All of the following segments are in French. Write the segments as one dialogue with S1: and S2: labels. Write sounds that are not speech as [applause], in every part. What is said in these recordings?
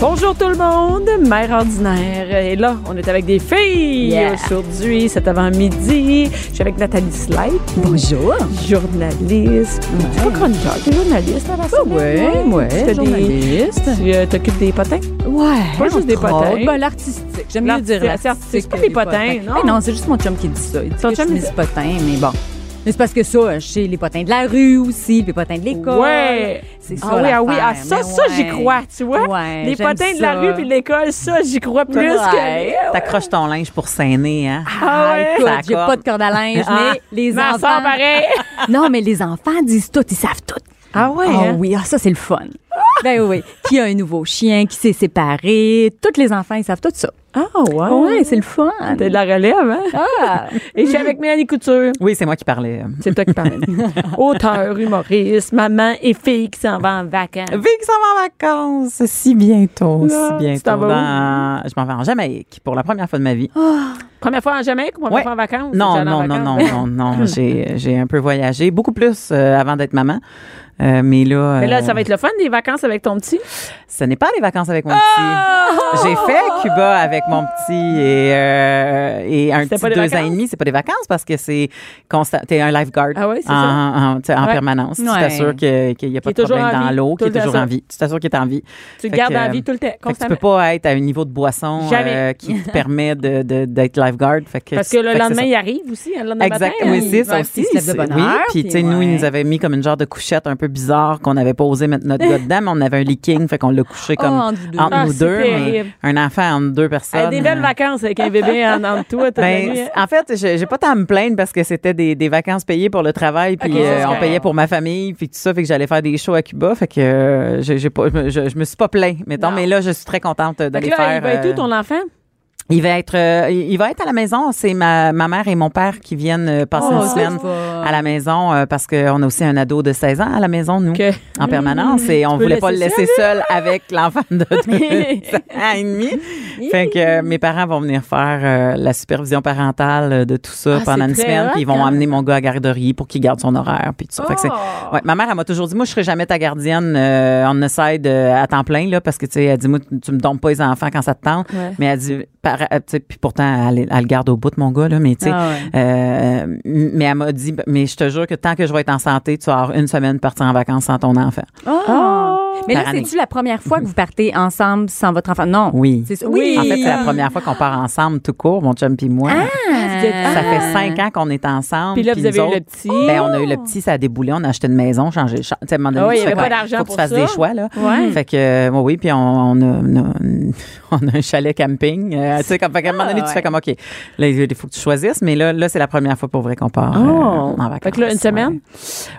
S1: Bonjour tout le monde, mère ordinaire. Et là, on est avec des filles
S2: Yeah.
S1: aujourd'hui, cet avant-midi. Je suis avec Nathalie Slate,
S2: Bonjour.
S1: journaliste. Je suis pas chroniqueur, t'es journaliste à la
S2: Ah
S1: semaine,
S2: ouais,
S1: non?
S2: ouais,
S1: Tu fais des-
S2: journaliste.
S1: Tu euh, t'occupes des potins?
S2: Ouais.
S1: Pas juste des
S2: entre
S1: potins.
S2: autres. Ben, l'artistique. J'aime mieux dire
S1: L'artistique,
S2: l'artistique.
S1: c'est pas
S2: que
S1: des
S2: les
S1: potins, non.
S2: Eh non, c'est juste mon chum qui dit ça. Il dit
S1: Ton
S2: que je
S1: chum,
S2: suis
S1: il
S2: des
S1: dit-
S2: potins, mais bon. Mais c'est parce que ça, chez les potins de la rue aussi, les potins de l'école.
S1: Ouais.
S2: C'est ça.
S1: Ah oui, ah oui,
S2: l'affaire.
S1: ah ça,
S2: Mais
S1: ça, j'y
S2: ouais.
S1: crois, tu vois.
S2: Ouais,
S1: les
S2: j'aime
S1: potins de la
S2: ça.
S1: rue puis de l'école, ça, j'y crois plus
S2: Ouais.
S1: que...
S3: T'accroches ton linge pour saigner, hein?
S2: Ah,
S1: ouais.
S2: écoute,
S3: Ça
S2: j'ai
S3: accorde.
S2: pas de corde à linge,
S3: Ah.
S2: mais les
S1: Ma
S2: enfants.
S1: sœur, pareil.
S2: non, mais les enfants disent tout, ils savent tout.
S1: Ah ouais,
S2: Ah
S1: hein?
S2: oui, ah, ça, c'est le fun. Ben oui, qui a un nouveau chien, qui s'est séparé. Tous les enfants, ils savent tout ça.
S1: Ah [laughs] ouais.
S2: Ouais, c'est le fun.
S1: T'es de la relève, hein?
S2: Ah.
S1: Et je suis avec Mélanie Couture.
S3: Oui, c'est moi qui parlais.
S1: C'est toi qui [laughs] parles. Auteur, humoriste, maman et fille qui s'en va en vacances.
S3: Vic s'en va en vacances Ah, si bientôt,
S1: Là,
S3: si
S1: tu t'en vas
S3: bientôt.
S1: où?
S3: dans- Je m'en vais en Jamaïque pour la première fois de ma vie.
S1: Première fois en Jamaïque ou première
S3: Ouais.
S1: fois en vacances?
S3: Non,
S1: J'allais en
S3: non, non, non,
S1: vacances.
S3: non, [laughs] non. J'ai j'ai un peu voyagé, beaucoup plus euh, avant d'être maman. Euh, mais là,
S1: Mais là,
S3: euh,
S1: ça va être le fun, des vacances avec ton petit.
S3: ce n'est pas les vacances avec mon petit.
S1: Oh!
S3: J'ai fait Cuba avec mon petit et, euh, et un
S1: C'était
S3: petit
S1: pas des
S3: deux ans
S1: vacances?
S3: et demi. C'est pas des vacances parce que c'est constant. T'es un lifeguard
S1: Ah ouais, c'est
S3: en,
S1: ça.
S3: en- tu sais, en
S1: Ouais.
S3: permanence. Tu
S2: Ouais.
S3: t'assures que- qu'il n'y a pas
S1: est
S3: de
S1: toujours
S3: problème
S1: en
S3: dans
S1: vie,
S3: l'eau,
S1: tout
S3: qu'il est
S1: le temps
S3: toujours
S1: ça.
S3: en vie. Tu t'assures qu'il est en vie.
S1: Tu le
S3: Fait
S1: gardes
S3: que,
S1: en vie tout le temps,
S3: Fait que tu
S1: constamment.
S3: peux pas être à un niveau de boisson
S1: Jamais.
S3: euh, qui te permet de- de- d'être lifeguard. Fait que,
S1: Parce que le
S3: fait c'est
S1: lendemain,
S3: ça.
S1: il arrive aussi, hein, le lendemain
S3: Exact,
S1: matin.
S3: oui,
S1: hein.
S3: c'est
S2: Ouais,
S3: ça
S2: puis
S3: aussi.
S2: il se lève de bonne
S3: oui,
S2: heure,
S3: puis
S2: puis
S3: tu sais, nous, ils
S2: ouais.
S3: nous avaient mis comme une genre de couchette un peu bizarre qu'on n'avait pas osé mettre notre gars dedans, mais on avait un leaking, fait qu'on l'a couché comme
S2: Oh, entre vous deux.
S3: entre
S1: Ah,
S3: nous
S1: c'est
S3: deux, mais
S1: terrible.
S3: un enfant entre deux personnes.
S1: Hey, des belles
S3: euh,
S1: vacances avec un bébé en, en toi. toute la
S3: ben,
S1: nuit, hein.
S3: en fait, j'ai j'ai pas tant à me plaindre parce que c'était des, des vacances payées pour le travail, puis
S1: Ok,
S3: euh,
S1: c'est
S3: on
S1: correct.
S3: payait pour ma famille, puis tout ça, fait que j'allais faire des shows à Cuba, fait que euh, j'ai j'ai pas, je, je- je me suis pas plaint, mettons,
S1: Non.
S3: mais là, je suis très contente
S1: Fait que
S3: d'aller
S1: là,
S3: faire.
S1: il va être
S3: euh,
S1: où ton enfant?
S3: il va être, euh, il il va être à la maison. C'est ma, ma mère et mon père qui viennent euh, passer
S1: Oh,
S3: une
S1: c'est
S3: semaine
S2: fun.
S3: à la maison euh, parce qu'on a aussi un ado de 16 ans à la maison,
S1: [laughs]
S3: nous,
S1: Ok. Mm.
S3: en permanence. Et on
S1: peux
S3: voulait pas le
S1: laisser
S3: laisser seul avec l'enfant de deux ans et demi. Fait que euh, mes parents vont venir faire euh, la supervision parentale euh, de tout ça
S1: Ah,
S3: pendant
S1: c'est
S3: une
S1: très
S3: semaine.
S1: hot,
S3: Puis ils vont
S1: hein.
S3: amener mon gars à la garderie pour qu'il garde son horaire. Puis tout ça. Fait que c'est-
S1: Oh.
S3: ouais, ma mère, elle m'a toujours dit, moi, je serai jamais ta gardienne euh, on the side euh, à temps plein, là, parce que, tu sais, elle dit, moi, tu, tu me donnes pas les enfants quand ça te tente.
S1: Ouais.
S3: Mais elle dit, par- euh, tu sais, puis pourtant, elle, elle le garde au bout de mon gars, là, mais tu sais.
S2: Ah ouais.
S3: euh, m- mais elle m'a dit, ben, mais je te jure que tant que je vais être en santé, tu vas avoir une semaine de partir en vacances sans ton enfant.
S2: Ah. Mais là,
S3: Par année.
S2: c'est-tu la première fois que vous partez ensemble sans votre enfant? Non.
S3: Oui.
S2: C'est ça.
S1: Oui.
S2: Oui.
S3: En fait, c'est la première fois qu'on part ensemble tout court, mon chum puis moi.
S1: ah,
S3: Ça fait cinq ans qu'on est ensemble.
S1: Puis là, vous avez
S3: nous
S1: eu le
S3: autres,
S1: petit.
S3: Ben, on a eu le petit, ça a déboulé, on a acheté une maison, changé de chambre. Tu sais, à un moment donné,
S1: Ah oui, il y
S3: tu fais
S1: avait
S3: quoi?
S1: pas d'argent
S3: Faut que
S1: pour
S3: tu fasses
S1: ça.
S3: des choix, là.
S1: Ouais.
S3: Fait que, euh, oui, oui, puis on, on a, [laughs] on a- on a un chalet camping. euh, tu sais, comme, fait qu'à un moment donné, tu
S1: Ah,
S2: ouais.
S3: fais comme, OK, là, il faut que tu choisisses, mais là, là c'est la première fois pour vrai qu'on part euh,
S1: Oh.
S3: en vacances.
S1: Fait que là, une semaine?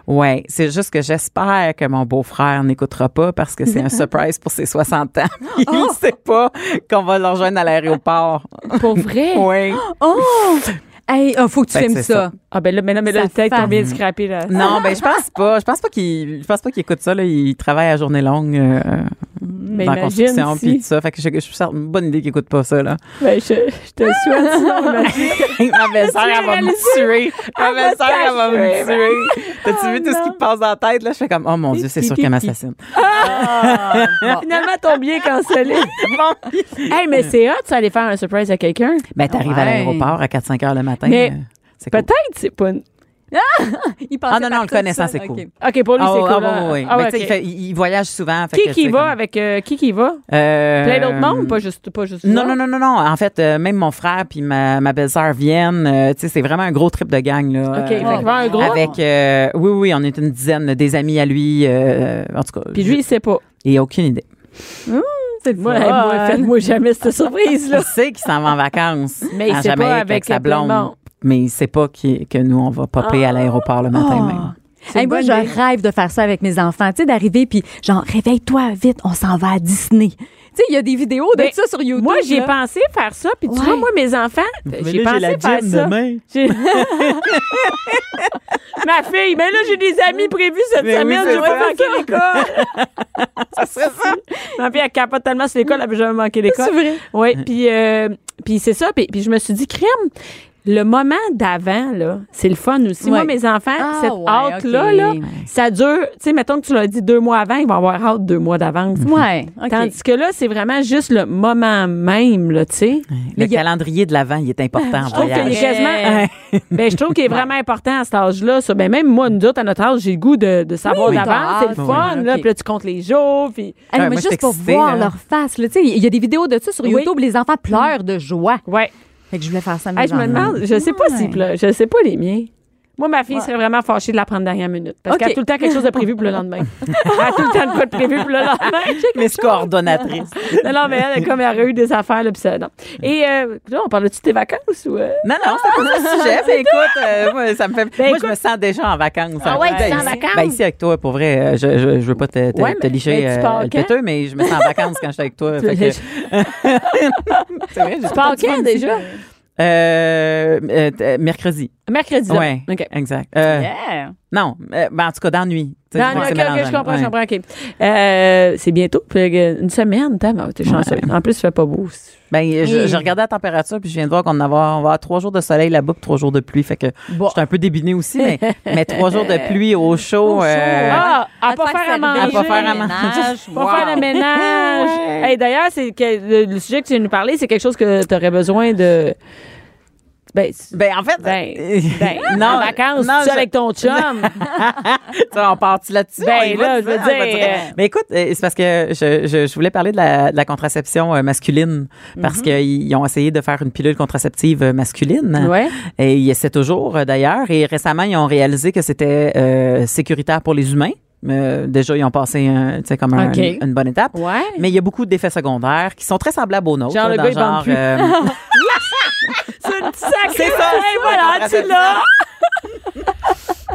S3: Ouais. Ouais. c'est juste que j'espère que mon beau-frère n'écoutera pas parce que
S1: [laughs]
S3: c'est un surprise pour ses 60 ans. il
S1: Oh.
S3: ne sait pas qu'on va le rejoindre à l'aéroport.
S1: [laughs] Pour vrai?
S3: oui.
S2: Oh! Hey, oh, faut que tu
S3: Fait que
S2: filmes ça.
S3: c'est ça.
S1: Ah ben là, mais là, mais là,
S2: Ça
S1: peut-être
S2: fait-
S1: qu'on vient de scraper là.
S3: Non, ben je pense pas. Je pense pas qu'il, je pense pas qu'il écoute ça. Là. Il travaille à journée longue euh,
S1: Mais
S3: dans la
S1: imagine
S3: construction
S1: si.
S3: puis tout ça. Fait que je, je suis certaine- bonne idée qu'il écoute pas ça là.
S1: [laughs] Ben, je, je te souhaite ça, Mathieu.
S3: [laughs] Ma belle-sœur, elle va me tuer. Ma belle-sœur, elle va me tuer. T'as-tu vu tout ce qui me passe dans la tête là Je fais comme, oh mon dieu, c'est sûr qu'elle m'assassine.
S2: Ah.
S1: Finalement, ton billet est
S2: [laughs]
S1: cancellé. hey, mais c'est hot, ça, aller faire un surprise à quelqu'un.
S3: Ben t'arrives
S2: Ouais.
S3: à l'aéroport à 4-5 heures le matin.
S1: Mais
S3: euh, c'est cool.
S1: Peut-être, c'est pas. une-
S2: [laughs] Il
S3: Ah non, non, le connaissant, c'est cool.
S1: OK, pour lui,
S3: Ah,
S1: c'est
S3: ouais,
S1: cool.
S3: ah,
S1: là.
S3: ouais, ouais.
S1: Ah,
S3: Ben,
S1: ouais,
S3: tu
S1: ok.
S3: sais, il fait- il, il voyage souvent. fait
S1: Qui
S3: que
S1: qui
S3: c'est
S1: va
S3: comme-
S1: avec. euh, qui qui va?
S3: Euh,
S1: Plein d'autres monde, pas juste. Pas juste
S3: Non,
S1: ça?
S3: non, non, non, non. En fait, euh, même mon frère puis ma, ma belle-sœur viennent. euh, tu sais, c'est vraiment un gros trip de gang, là.
S1: OK, fait
S3: euh,
S1: qu'il va y avoir un gros.
S3: avec, euh, oui, oui, on est une dizaine, là, des amis à lui. euh, en tout cas,
S1: Puis lui, il sait pas.
S3: il a aucune idée.
S2: C'est
S1: Moi, hey, moi, faites-moi jamais cette surprise,
S2: [laughs]
S1: là.
S3: Il sait qu'il s'en va en vacances.
S1: [laughs] Mais il
S3: à
S1: sait pas
S3: Jamaïque
S1: avec
S3: sa
S1: plein de
S3: blonde.
S1: monde.
S3: Mais il sait pas qu'il- que nous, on va popper à l'aéroport le matin
S1: Ah!
S3: même.
S1: C'est une
S2: moi,
S1: bonne
S2: je
S1: idée.
S2: rêve de faire ça avec mes enfants. Tu sais, d'arriver puis genre, réveille-toi vite, on s'en va à Disney. Tu sais, il y a des vidéos de
S1: Ben,
S2: ça sur YouTube.
S1: Moi, j'ai
S2: là.
S1: pensé faire ça, puis tu
S2: Ouais.
S1: vois, moi, mes enfants,
S3: Mais
S1: j'ai
S3: là,
S1: pensé
S3: j'ai la
S1: faire
S3: gym
S1: ça.
S3: demain.
S1: J'ai- [laughs] Ma fille, mais là, j'ai des amis prévus cette
S3: Mais oui,
S1: semaine,
S3: c'est
S1: je vais
S3: ça.
S1: manquer l'école. ça serait ça. Ma fille, elle capote tellement sur l'école, elle peut jamais manquer l'école.
S2: [laughs] C'est vrai.
S1: Oui, puis euh, puis c'est ça. Puis, puis je me suis dit, crème, le moment d'avant, là, c'est le fun aussi. Moi,
S2: Ouais.
S1: mes enfants,
S2: Ah,
S1: cette
S2: ouais,
S1: hâte-là,
S2: ok.
S1: là,
S2: Ouais.
S1: ça dure. Tu sais, mettons que tu l'as dit deux mois avant, ils vont avoir hâte deux mois d'avance.
S2: Ouais. OK.
S1: Tandis que là, c'est vraiment juste le moment même, là, tu sais.
S3: Le calendrier de l'avant, il est important en
S1: Je trouve qu'il est [laughs]
S3: voyage.
S1: quasiment. ben, je trouve qu'il est vraiment important à cet âge-là. ça. Ben, même moi, nous autres, à notre âge, j'ai le goût de, de savoir
S2: Oui,
S1: d'avance.
S2: t'as
S1: C'est le
S2: hâte.
S1: fun,
S2: Oui.
S1: là.
S2: Ok.
S1: Puis là, tu comptes les jours. Puis.
S2: Hey,
S3: Ouais,
S2: mais
S3: moi,
S2: juste
S3: j'étais
S2: pour
S3: excitée,
S2: voir
S3: là.
S2: leur face. là. Tu sais, Il y a des vidéos de ça sur
S1: Oui.
S2: YouTube. Les enfants pleurent de joie.
S1: Ouais.
S2: Fait que je voulais faire ça à mes
S1: Hey, je me
S2: enfants.
S1: demande, je sais pas
S2: Ouais.
S1: si. là, Je sais pas les miens. Moi, ma fille serait vraiment fâchée de la prendre dernière minute. Parce
S2: Ok.
S1: qu'elle a tout le temps quelque chose de prévu pour le [laughs] lendemain. elle a tout le temps de quoi de prévu pour le [laughs] lendemain.
S3: Mais c'est coordonnatrice.
S1: Non, non, mais elle, comme elle aurait eu des affaires, là, puis ça, non. Et euh, là, on parle-tu de tes vacances ou. euh?
S3: Non, non, c'est pas ça le
S1: Ah,
S3: sujet. Ben, écoute, euh, moi, ça me fait. moi, je me sens déjà en vacances.
S1: Ben, Ah ouais, tu
S3: Ben,
S1: es en
S3: ici-
S1: vacances?
S3: Ben, ici, avec toi, pour vrai, euh, je, je, je veux pas te, te,
S1: Ouais,
S3: te
S1: mais-
S3: licher
S1: mais tu
S3: euh,
S1: pars
S3: le
S1: quand?
S3: péteux, mais je me sens en vacances quand je suis
S1: [laughs]
S3: avec toi. fait que- c'est vrai, j'ai
S1: Tu pars
S3: pas de fun.
S1: quand déjà?
S3: Euh, euh, t- mercredi.
S1: Mercredi. là.
S3: Oui,
S1: OK.
S3: exact. Euh,
S2: Yeah.
S3: Non, euh, ben, en tout cas, dans la nuit. Tu sais,
S1: Non,
S3: je
S1: non,
S3: vois
S1: ok,
S3: que c'est
S1: ok,
S3: mélangeant,
S1: je comprends,
S3: ouais.
S1: je comprends. OK. Euh, c'est bientôt, puis, euh, une semaine, t'as t'es chanceuse. En plus, il fait pas beau.
S3: Ben, je, je regardais la température, puis je viens de voir qu'on va avoir, on va avoir trois jours de soleil là-bas, puis trois jours de pluie. Fait que
S2: Bon.
S3: je suis un peu débinée aussi, mais, mais trois jours de pluie au chaud. euh,
S1: ah, à
S2: te
S1: pas faire à manger.
S2: servir,
S3: À pas faire à manger.
S2: ménage.
S1: Pas
S2: Wow.
S1: faire le ménage. Hey, D'ailleurs, c'est que le, le sujet que tu viens de nous parler, c'est quelque chose que tu aurais besoin de. Ben, c'est-
S3: Ben, en fait,
S1: ben,
S3: euh, [laughs]
S1: ben,
S3: non,
S1: en vacances,
S3: non,
S1: tu es
S3: je-
S1: avec ton
S3: [laughs]
S1: chum.
S3: Tu vois, on part là-dessus.
S1: Ben,
S3: On y va,
S1: là,
S3: tu
S1: je veux
S3: vois, on va
S1: dire, euh,
S3: Mais écoute, euh, c'est parce que je, je, je voulais parler de la, de la contraception euh, masculine parce qu'ils ont essayé de faire une pilule contraceptive euh, masculine.
S1: Ouais.
S3: Et ils essaient toujours, euh, d'ailleurs. Et récemment, ils ont réalisé que c'était euh, sécuritaire pour les humains. Euh, déjà, ils ont passé un, tu sais, comme un-
S1: OK.
S3: une, une bonne étape.
S1: Ouais.
S3: Mais il y a beaucoup d'effets secondaires qui sont très semblables aux nôtres.
S1: Genre,
S3: là,
S1: le
S3: dans
S1: gars, il bande plus.
S3: [laughs] euh,
S1: C'est une sacrée.
S3: C'est ça,
S1: Hey,
S3: ça,
S1: voilà,
S3: la
S1: tu l'as.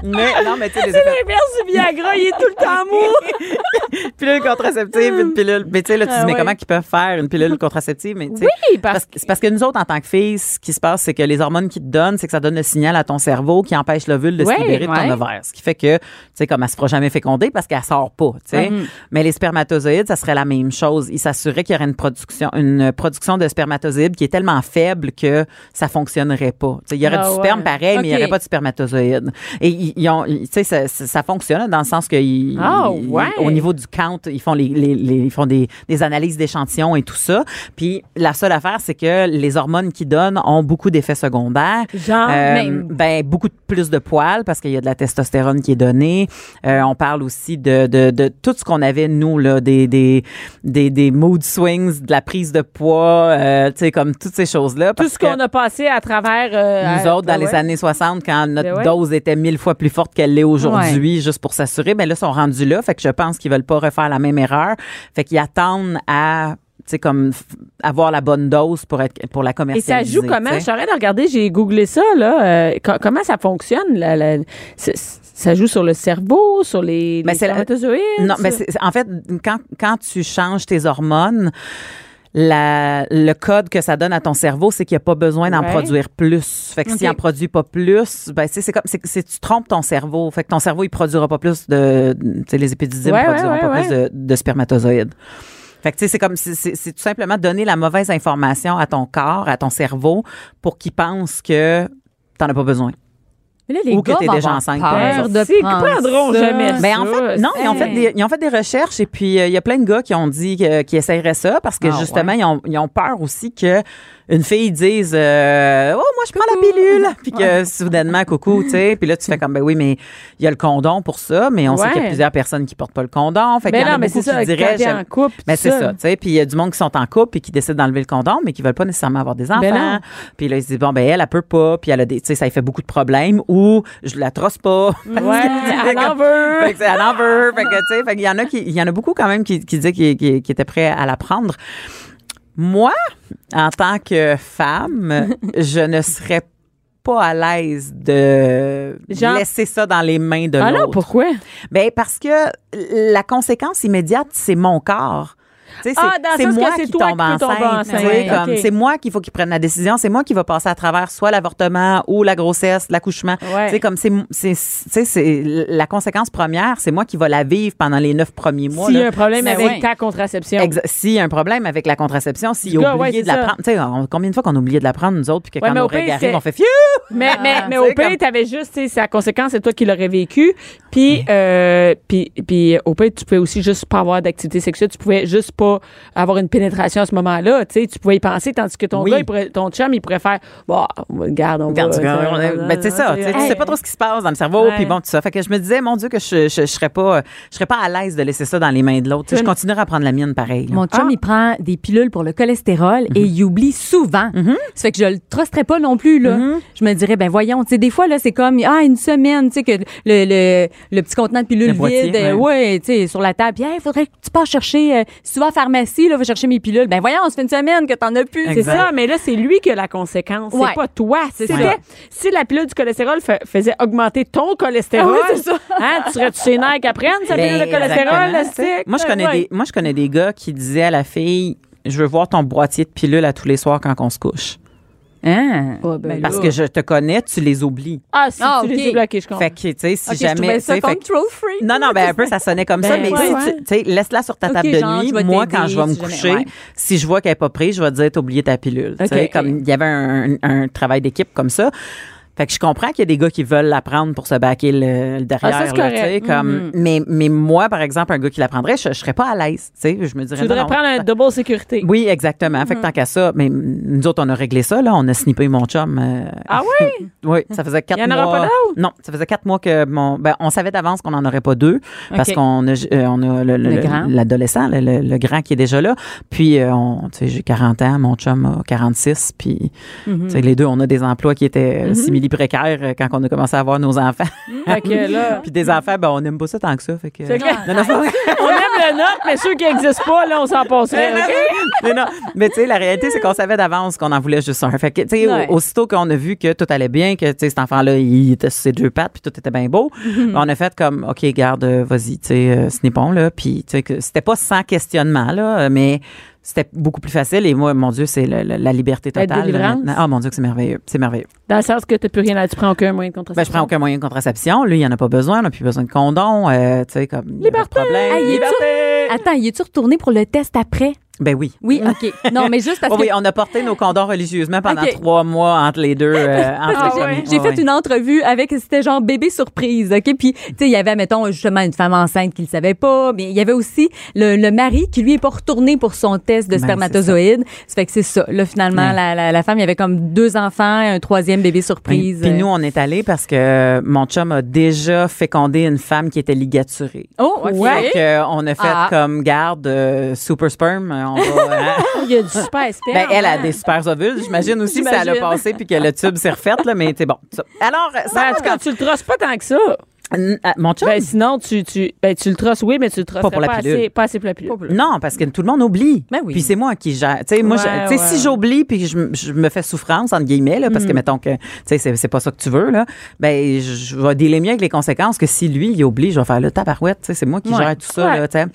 S3: mais non, mais tu sais, les effets-
S1: L'inverse du Ah, Viagra, il est tout le temps mou.
S3: pilule contraceptive, une pilule. Mais tu sais, là, tu
S1: Ah
S3: dis, mais
S1: ouais.
S3: comment ils peuvent faire une pilule contraceptive? Mais, tu sais,
S1: Oui, parce
S3: que- [laughs] c'est parce que nous autres, en tant que filles, ce qui se passe, c'est que les hormones qu'ils te donnent, c'est que ça donne le signal à ton cerveau qui empêche l'ovule de
S1: Ouais,
S3: se libérer de ton
S1: ouais.
S3: ovaire. Ce qui fait que, tu sais, comme elle se fera jamais féconder parce qu'elle sort pas, tu sais.
S1: Mm-hmm.
S3: Mais les spermatozoïdes, ça serait la même chose. Ils s'assuraient qu'il y aurait une production, une production de spermatozoïdes qui est tellement faible que ça fonctionnerait pas. Tu sais, il y aurait
S1: Ah
S3: du sperme
S1: ouais.
S3: pareil, mais il y
S2: Ok.
S3: aurait pas de spermatozoïdes. Et ils, ils ont, ils- tu sais, ça, ça- ça fonctionne dans le sens que ils-
S1: Ah
S3: ils-
S1: ouais.
S3: au niveau du count, ils font les, les- les- ils font des, des analyses d'échantillons et tout ça. Puis la seule affaire, c'est que les hormones qu'ils donnent ont beaucoup d'effets secondaires.
S1: Genre,
S2: même.
S3: ben beaucoup de, plus de poils parce qu'il y a de la testostérone qui est donnée. Euh, on parle aussi de, de, de tout ce qu'on avait nous là, des des, des des mood swings, de la prise de poids, euh, tu sais comme toutes ces choses là.
S1: tout ce qu'on a passé à travers. euh,
S3: Nous
S1: à-
S3: autres, dans les
S1: ouais.
S3: années 60, quand notre
S1: Ben ouais.
S3: dose était mille fois plus forte qu'elle l'est aujourd'hui, juste pour s'assurer, mais là, ils sont rendus là. Fait que je pense qu'ils veulent pas refaire la même erreur. Fait qu'ils attendent à, tu sais, comme f- avoir la bonne dose pour être, pour la
S1: Et ça
S3: commercialiser.
S1: joue comment?
S3: tu
S1: Je
S3: sais.
S1: suis en train de regarder, j'ai googlé ça, là. euh, co- comment ça fonctionne? la- la- c'est- ça joue sur le cerveau, sur les,
S3: Mais
S1: les
S3: Ben, c'est la-
S1: spermatozoïdes?
S3: Non, ben, mais
S1: sur-
S3: c'est- c'est- en fait, quand, quand tu changes tes hormones, la- le code que ça donne à ton cerveau, c'est qu'il n'y a pas besoin d'en
S1: Ouais.
S3: produire plus. Fait que s'il
S1: Ok.
S3: en produit pas plus, ben, tu sais, c'est comme, c'est, c'est- tu trompes ton cerveau. Fait que ton cerveau, il produira pas plus de, tu sais, les épididymes
S1: Ouais,
S3: produiront
S1: ouais,
S3: pas
S1: ouais,
S3: plus de, de spermatozoïdes. Fait que, tu sais, c'est comme, si- c'est, c'est tout simplement donner la mauvaise information à ton corps, à ton cerveau, pour qu'il pense que t'en as pas besoin.
S2: Mais là, les
S3: Ou que
S2: gars
S3: t'es
S2: vont
S3: déjà
S2: avoir
S3: enceinte, par
S2: peur
S3: exemple.
S2: de
S1: C'est-
S2: prendre
S1: prendront
S2: ça. Ben,
S1: jamais
S3: Mais Ben, en
S1: ça,
S3: fait, non, ils ont fait,
S2: c'est-
S3: des, ils ont fait des recherches et puis euh, il y a plein de gars qui ont dit que- qu'ils essaieraient ça parce que
S2: Ah,
S3: justement, ils, ont, ils ont peur aussi que une fille dise euh, Oh, moi, je prends la pilule. Puis que soudainement, coucou, tu sais. Puis là, tu fais comme Ben oui, mais il y a le condom pour ça, mais on sait qu'il y
S1: Ouais.
S3: a plusieurs personnes qui portent pas le condom. Fait
S1: Ben
S3: qu'il y en a
S1: non, mais
S3: beaucoup
S1: c'est ça,
S3: qui diraient
S1: quand t'es en couple,
S3: Mais
S1: tout
S3: c'est
S1: seul.
S3: ça, tu sais. Puis il y a du monde qui sont en couple et qui décident d'enlever le condom, mais qui veulent pas nécessairement avoir des enfants.
S1: Ben non.
S3: puis là, ils se disent Bon, ben elle, elle peut pas. Puis elle a des, tu sais, ça lui fait beaucoup de problèmes ou je la trosse pas. [laughs]
S1: Ouais, à l'envers.
S3: Fait que c'est à l'envers. Fait que, tu sais, fait qu'il y en a qui, il y en a beaucoup quand même qui, qui disaient qu'ils, qu'ils- qu'ils étaient prêts à la prendre. Moi, en tant que
S1: [laughs]
S3: femme, je ne serais pas à l'aise de
S1: Genre-
S3: laisser ça dans les mains de
S1: Ah non,
S3: l'autre.
S1: pourquoi?
S3: Ben, parce que la conséquence immédiate, c'est mon corps. Tu sais,
S1: Ah,
S3: c'est-
S1: dans le
S3: c'est
S1: sens que
S3: moi
S1: c'est
S3: qui
S1: toi
S3: tombe
S1: qui peux
S3: enceinte.
S1: tomber enceinte.
S3: tu sais,
S1: Ouais,
S3: comme,
S1: ok.
S3: C'est moi qu'il faut qui prenne la décision. C'est moi qui va passer à travers soit l'avortement ou la grossesse, l'accouchement.
S1: Ouais.
S3: Tu sais, comme c'est, c'est, tu sais, c'est la conséquence première, c'est moi qui va la vivre pendant les neuf premiers mois.
S1: S'il y
S3: là. Ben
S1: a un problème
S2: Mais
S1: avec
S2: ouais.
S1: ta contraception.
S3: Exa- S'il y a un problème avec la contraception, s'il
S1: Du
S3: a
S1: gars,
S3: oublié
S1: ouais, c'est
S3: de la
S1: ça.
S3: prendre, tu sais, on- combien de fois qu'on a oublié de la prendre, nous autres, puis que
S1: Ouais, mais
S3: quand
S1: au
S3: on
S1: pire,
S3: regarde,
S1: c'est-
S3: on fait fiou!
S1: Mais,
S2: Ah,
S1: mais, mais
S3: Tu sais,
S1: au pire,
S3: comme-
S1: t'avais juste, tu sais, sa conséquence, c'est toi qui l'aurais vécu. Puis, euh, puis, puis au pire, tu pouvais aussi juste pas avoir d'activité sexuelle. Tu pouvais juste pas avoir une pénétration à ce moment-là. Tu sais, tu pouvais y penser, tandis que ton
S3: Oui.
S1: gars, il pourrait- ton chum, il pourrait faire, bon, regarde, on
S3: Regarde,
S1: va... euh,
S3: tu- on- on- ben, c'est ça, tu sais, tu sais pas trop ce qui se passe dans le cerveau,
S1: Ouais.
S3: puis bon, tout ça. Fait que je me disais, mon Dieu, que je, je, je serais pas, je serais pas à l'aise de laisser ça dans les mains de l'autre. Tu sais, Je
S1: Une-
S3: continuerai à prendre la mienne pareil. là.
S2: Mon chum, il prend des pilules pour le cholestérol et il oublie souvent. Ça fait que je le trusterais pas non plus, là. Je me dirais, ben voyons, tu sais, des fois, là, c'est comme, ah, une semaine, tu sais, que le, le, le petit contenant de pilules
S3: Le boîtier,
S2: vide, euh,
S3: ouais.
S2: ouais, tu sais, sur la table. Puis, Hey, faudrait que tu passes chercher, euh, si tu vas à la pharmacie, là, va chercher mes pilules. Ben voyons, ça fait une semaine que t'en as plus.
S1: C'est
S3: Exact.
S1: ça, mais là, c'est lui qui a la conséquence.
S2: Ouais.
S1: C'est pas toi.
S2: C'est
S1: C'était-
S2: ça.
S1: Si la pilule du cholestérol fa- faisait augmenter ton cholestérol,
S2: Ah oui, c'est ça.
S1: hein, tu serais-tu ses nerfs qu'à prendre, sa pilule
S3: Ben,
S1: de cholestérol?
S3: exactement, tu sais.
S1: stick?
S3: Moi, je connais,
S1: Ouais.
S3: des, moi, je connais des gars qui disaient à la fille, je veux voir ton boîtier de pilules à tous les soirs quand on se couche.
S2: Hein? Ben
S3: Parce
S2: là.
S3: que je te connais, tu les oublies.
S1: Ah, si
S2: Ah,
S1: tu les
S2: ok.
S1: as bloqués, je comprends.
S3: Fait que, tu sais, si
S2: Ok, je
S3: jamais.
S2: trouvais
S3: tu
S2: ça
S3: sais, fait que-
S2: control free.
S3: Non, non, ben un peu, ça sonnait comme ça,
S1: Ben,
S3: mais
S1: ouais,
S3: si
S1: ouais.
S3: tu- tu sais, laisse-la sur ta
S2: Ok,
S3: table de
S2: genre,
S3: nuit.
S2: je vais
S3: Moi,
S2: t'aider
S3: quand je vais me
S2: si jamais,
S3: coucher,
S2: ouais.
S3: si je vois qu'elle n'est pas prise, je vais te dire, t'as oublié ta pilule. Tu sais,
S1: Ok.
S3: Comme il y avait un, un travail d'équipe comme ça. Fait que je comprends qu'il y a des gars qui veulent la prendre pour se baquer le, le derrière.
S1: Ah, ça, c'est
S3: là,
S1: correct.
S3: tu sais, comme, mais, mais moi, par exemple, un gars qui la prendrait, je, je serais pas à l'aise. Tu sais, je me dirais.
S1: Tu voudrais
S3: non, non,
S1: prendre un Mm-hmm. double sécurité.
S3: oui, exactement. Fait que tant qu'à ça, mais nous autres, on a réglé ça, là. On a snippé mon chum. euh,
S1: Ah oui?
S3: [laughs] oui, ça faisait quatre
S1: Il y en
S3: mois.
S1: aura pas d'autres?
S3: Non, ça faisait quatre mois que mon. Ben, on savait d'avance qu'on n'en aurait pas deux parce
S2: OK.
S3: qu'on a, euh, on a le, le-
S2: Le
S3: le-
S2: grand.
S3: l'adolescent, le, le- le grand qui est déjà là. Puis, euh, on- tu sais, j'ai 40 ans, mon chum a 46. Puis, tu
S1: Mhm.
S3: sais, les deux, on a des emplois qui étaient euh, simili précaires euh, quand on a commencé à avoir nos enfants.
S1: Mhm. Fait que là,
S3: [laughs] puis, des enfants, ben, on n'aime pas ça tant que ça. Fait que.
S1: C'est que-
S3: Non, non, c'est pas vrai.
S1: [laughs] on aime le nôtre, mais ceux qui n'existent pas, là, on s'en passerait. [laughs] OK?
S3: mais non, mais tu sais, la réalité, c'est qu'on savait d'avance qu'on en voulait juste un. Fait que, tu sais, au-
S2: Ouais.
S3: aussitôt qu'on a vu que tout allait bien, que, tu sais, cet enfant-là, il était sur ses deux pattes, puis tout était bien beau, on a fait comme, OK, garde, euh, vas-y, tu sais, euh, ce n'est pas, là. Puis, tu sais, que c'était pas sans questionnement, là, mais c'était beaucoup plus facile. Et moi, mon Dieu, c'est le- le- la liberté
S1: La
S3: totale. là,
S1: délivrance.
S3: maintenant. Ah, mon Dieu, que c'est merveilleux. C'est merveilleux.
S1: Dans le sens que tu plus rien à... Tu prends aucun moyen de
S3: Ben, je prends
S1: contraception.
S3: aucun moyen de contraception. Lui, il n'y en a pas besoin. On n'a plus besoin de condom. euh, tu sais, comme. il y a pas de problème.
S2: Hey, il est
S3: Liberté!
S2: Attends, il est-tu retourné pour le test après?
S3: Ben oui.
S2: Oui, OK. Non, mais [laughs] juste parce
S3: Oh
S2: que
S3: oui, on a porté nos condoms religieusement pendant
S2: Ok.
S3: trois mois entre les deux. euh, entre
S1: Ah
S3: les
S1: ouais.
S3: amis.
S2: J'ai
S3: Ouais,
S2: fait
S3: ouais.
S2: une entrevue avec, c'était genre bébé surprise, OK? Puis, tu sais, il y avait, mettons, justement, une femme enceinte qui le savait pas, mais il y avait aussi le, le mari qui, lui, est pas retourné pour son test de
S3: Ben,
S2: spermatozoïde. ça. fait que c'est ça. Là, finalement,
S3: Ouais.
S2: la, la, la femme, il y avait comme deux enfants et un troisième bébé
S3: Puis,
S2: surprise.
S3: Ben,
S2: euh.
S3: puis nous, on est allés parce que euh, mon chum a déjà fécondé une femme qui était ligaturée.
S2: Oh, OK.
S3: Fait que, euh, on a fait
S2: Ah.
S3: comme garde euh, super sperm. euh, On va, hein.
S2: [laughs]
S1: Il y a du super sperme.
S3: Ben, elle a des super ovules, j'imagine aussi, ça l'a
S1: J'imagine.
S3: passé puis que le tube s'est refait, là, mais c'est bon. ça. Alors,
S1: Ben,
S3: ça,
S1: en tout cas, tu le trosses pas tant que ça.
S3: Euh, mon chum,
S1: Ben, sinon, tu, tu, ben, tu le trosses, oui, mais tu le trosses
S3: pour la pilule.
S1: assez, pas assez pour la pilule.
S3: Non, parce que tout le monde oublie.
S2: Ben oui.
S3: Puis c'est moi qui gère. Tu sais, moi, je-
S1: Ouais,
S3: tu sais,
S1: ouais. Mm.
S3: si j'oublie puis je, m- je me fais souffrance, entre guillemets, là, parce que mettons que, tu sais, c'est c'est pas ça que tu veux, là, ben, je- je vais dealer mieux avec les conséquences que si lui, il oublie, je vais faire le tabarouette. Tu sais, c'est moi qui gère tout ça,
S1: Ouais.
S3: là, tu sais.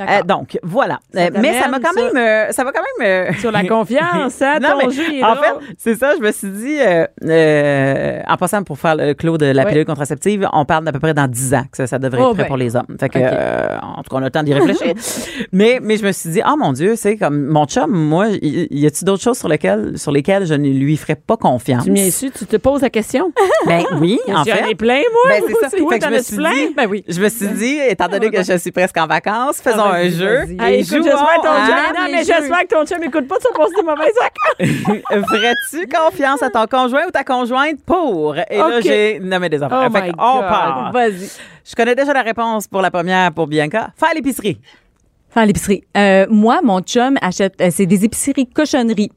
S3: Euh, donc, voilà. Euh, mais ça m'a quand
S1: t'amène,
S3: même. euh, ça m'a quand même. euh,
S1: Sur la confiance, hein,
S3: Non,
S1: ton
S3: mais
S1: jeu, il est
S3: en
S1: drôle.
S3: fait, c'est ça, je me suis dit, euh, euh, en passant pour faire le clos de la
S1: Ouais.
S3: pilule contraceptive, on parle d'à peu près dans 10 ans que ça, ça devrait
S2: Oh,
S3: être prêt
S2: ben.
S3: pour les hommes. Fait que,
S2: Ok.
S3: euh, en tout cas, on a le temps
S2: [laughs]
S3: d'y réfléchir. mais, mais je me suis dit, ah mon Dieu, c'est comme mon chum, moi, y, y a-tu d'autres choses sur lesquelles, sur lesquelles je ne lui ferais pas confiance?
S1: Tu m'y su, tu te poses la question.
S3: Ben oui, [laughs] en
S1: J'en ai
S3: fait.
S1: plein, moi.
S3: Ben,
S1: moi
S3: c'est ça.
S1: aussi. Moi,
S3: Fait que
S1: t'en
S3: je me
S1: as
S3: suis
S1: plein.
S3: dit,
S2: Ben oui.
S3: je me suis dit, étant donné que je suis presque en vacances, faisons
S2: Ah,
S3: un
S2: vas-y,
S3: jeu.
S2: vas-y.
S1: Hey, écoute,
S3: Jouons
S1: j'espère que ton
S3: à-
S1: chum- non,
S2: les
S1: mais
S2: jeux.
S1: j'espère que ton chum écoute pas, tu vas passer des mauvaises vacances.
S3: Ferais-tu confiance à ton conjoint ou ta conjointe pour? Et là,
S1: OK.
S3: j'ai nommé des enfants.
S1: Oh
S3: Ah, fait
S1: my
S3: qu'on part.
S1: God.
S2: Vas-y.
S3: Je connais déjà la réponse pour la première pour Bianca. Faire l'épicerie.
S2: Faire l'épicerie. Euh, moi, mon chum achète, euh, c'est des épiceries cochonneries.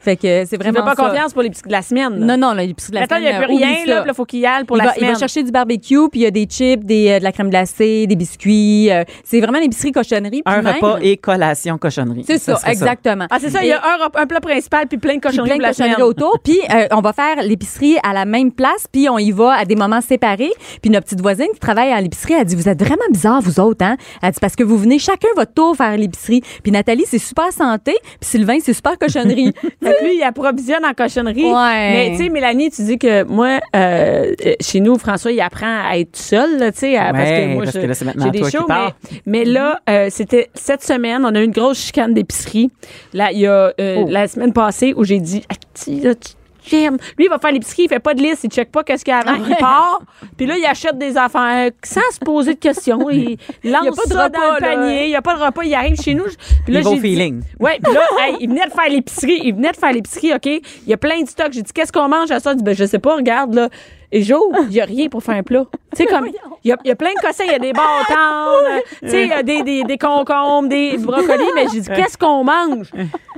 S2: Fait que c'est
S1: Tu
S2: vraiment
S1: fais pas
S2: ça.
S1: confiance pour les l'épicerie de la semaine. là.
S2: Non, non, là, l'épicerie de la
S1: Attends, il n'y a
S2: semaine,
S1: plus
S2: oublie
S1: rien,
S2: ça.
S1: là, puis il faut qu'il y aille pour
S2: il,
S1: la
S2: va, il
S1: semaine.
S2: va chercher du barbecue, puis il y a des chips, des, euh, de la crème glacée, des biscuits. euh, c'est vraiment l'épicerie cochonnerie. puis
S3: Un
S2: même-
S3: repas et collation cochonnerie.
S2: C'est ça,
S3: serait
S2: exactement.
S1: Ah, c'est ça, il y a un, rep- un plat principal puis plein de
S2: Puis
S1: cochonneries
S2: plein
S1: pour la
S2: de cochonneries
S1: semaine.
S2: autour. Puis euh, on va faire l'épicerie à la même place, puis on y va à des moments séparés. Puis notre petite voisine qui travaille à l'épicerie, elle dit Vous êtes vraiment bizarres, vous autres, hein Elle dit Parce que vous venez chacun votre tour faire l'épicerie. Puis Nathalie, c'est super santé, puis Sylvain, c'est
S1: [laughs]
S2: super cochonnerie.
S1: Fait que lui, il approvisionne en cochonnerie.
S2: Ouais.
S1: Mais tu sais, Mélanie, tu dis que moi, euh, euh, chez nous, François, il apprend à être seul, là, tu sais, à- parce que
S3: Ouais,
S1: moi,
S3: parce
S1: je-
S3: que là, c'est maintenant
S1: j'ai des
S3: toi qui
S1: shows,
S3: pars.
S1: mais, mais là, euh, c'était cette semaine, on a eu une grosse chicane d'épicerie. Là, il y a
S2: Oh.
S1: euh, la semaine passée où j'ai dit, Ah, tu- là, tu- j'aime. Lui, il va faire l'épicerie, il fait pas de liste, il check pas qu'est-ce qu'il y a
S2: Ah
S1: avant, il part, puis là, il achète des affaires euh, sans se poser de questions.
S2: [laughs]
S1: Il lance
S2: pas de
S1: ça dans
S2: repas,
S1: le
S2: là.
S1: panier, il n'y a pas de repas, il arrive chez nous. je- puis là,
S3: Il va au
S1: j'ai dit-
S3: feeling.
S1: oui, puis là, hey, il venait de faire l'épicerie. Il venait de faire l'épicerie, OK? Il y a plein de stocks. J'ai dit, qu'est-ce qu'on mange à ça? Il dit, ben, je sais pas, regarde, là. Et j'ouvre, il y a rien pour faire un plat. Tu sais, comme, il y, a, il y a plein de cossins. Il y a des bâtons, euh, tu sais, il y a des, des, des concombres, des brocolis. Mais j'ai dit, qu'est-ce qu'on mange?